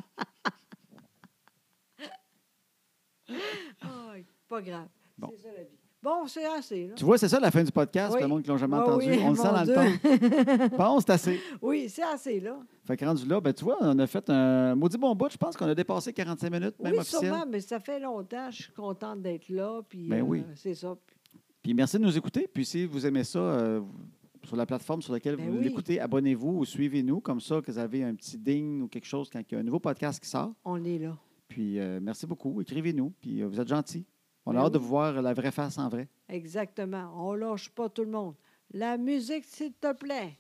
Ah, pas grave. Bon. C'est ça la vie. Bon, c'est assez. Là. Tu vois, c'est ça la fin du podcast, Oui. pour le monde qui ne l'a jamais Ah entendu. oui, on le sent mon dans Dieu. le temps. Bon, c'est assez. Oui, c'est assez, là. Fait que rendu là, ben, tu vois, on a fait un maudit bon bout. Je pense qu'on a dépassé 45 minutes, même oui, officiel. sûrement, mais ça fait longtemps. Je suis contente d'être là. Puis, euh, Ben oui. C'est ça. Puis merci de nous écouter. Puis si vous aimez ça, euh, sur la plateforme sur laquelle Ben vous oui. l'écoutez, abonnez-vous ou suivez-nous. Comme ça, que vous avez un petit ding ou quelque chose quand il y a un nouveau podcast qui sort. On est là. Puis euh, merci beaucoup. Écrivez-nous. Puis euh, vous êtes gentils. On a Ben hâte de oui. vous voir la vraie face en vrai. Exactement. On lâche pas tout le monde. La musique, s'il te plaît.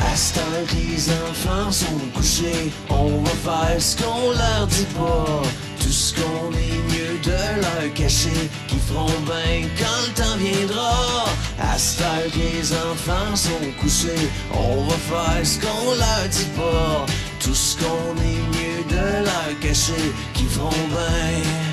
À ce temps que les enfants sont couchés, on va faire ce qu'on leur dit pas. Tout ce qu'on est mieux de leur cacher, qui feront bien quand le temps viendra. À ce temps que les enfants sont couchés, on va faire ce qu'on leur dit pas. Tout ce qu'on est mieux de leur cacher, qui feront bien.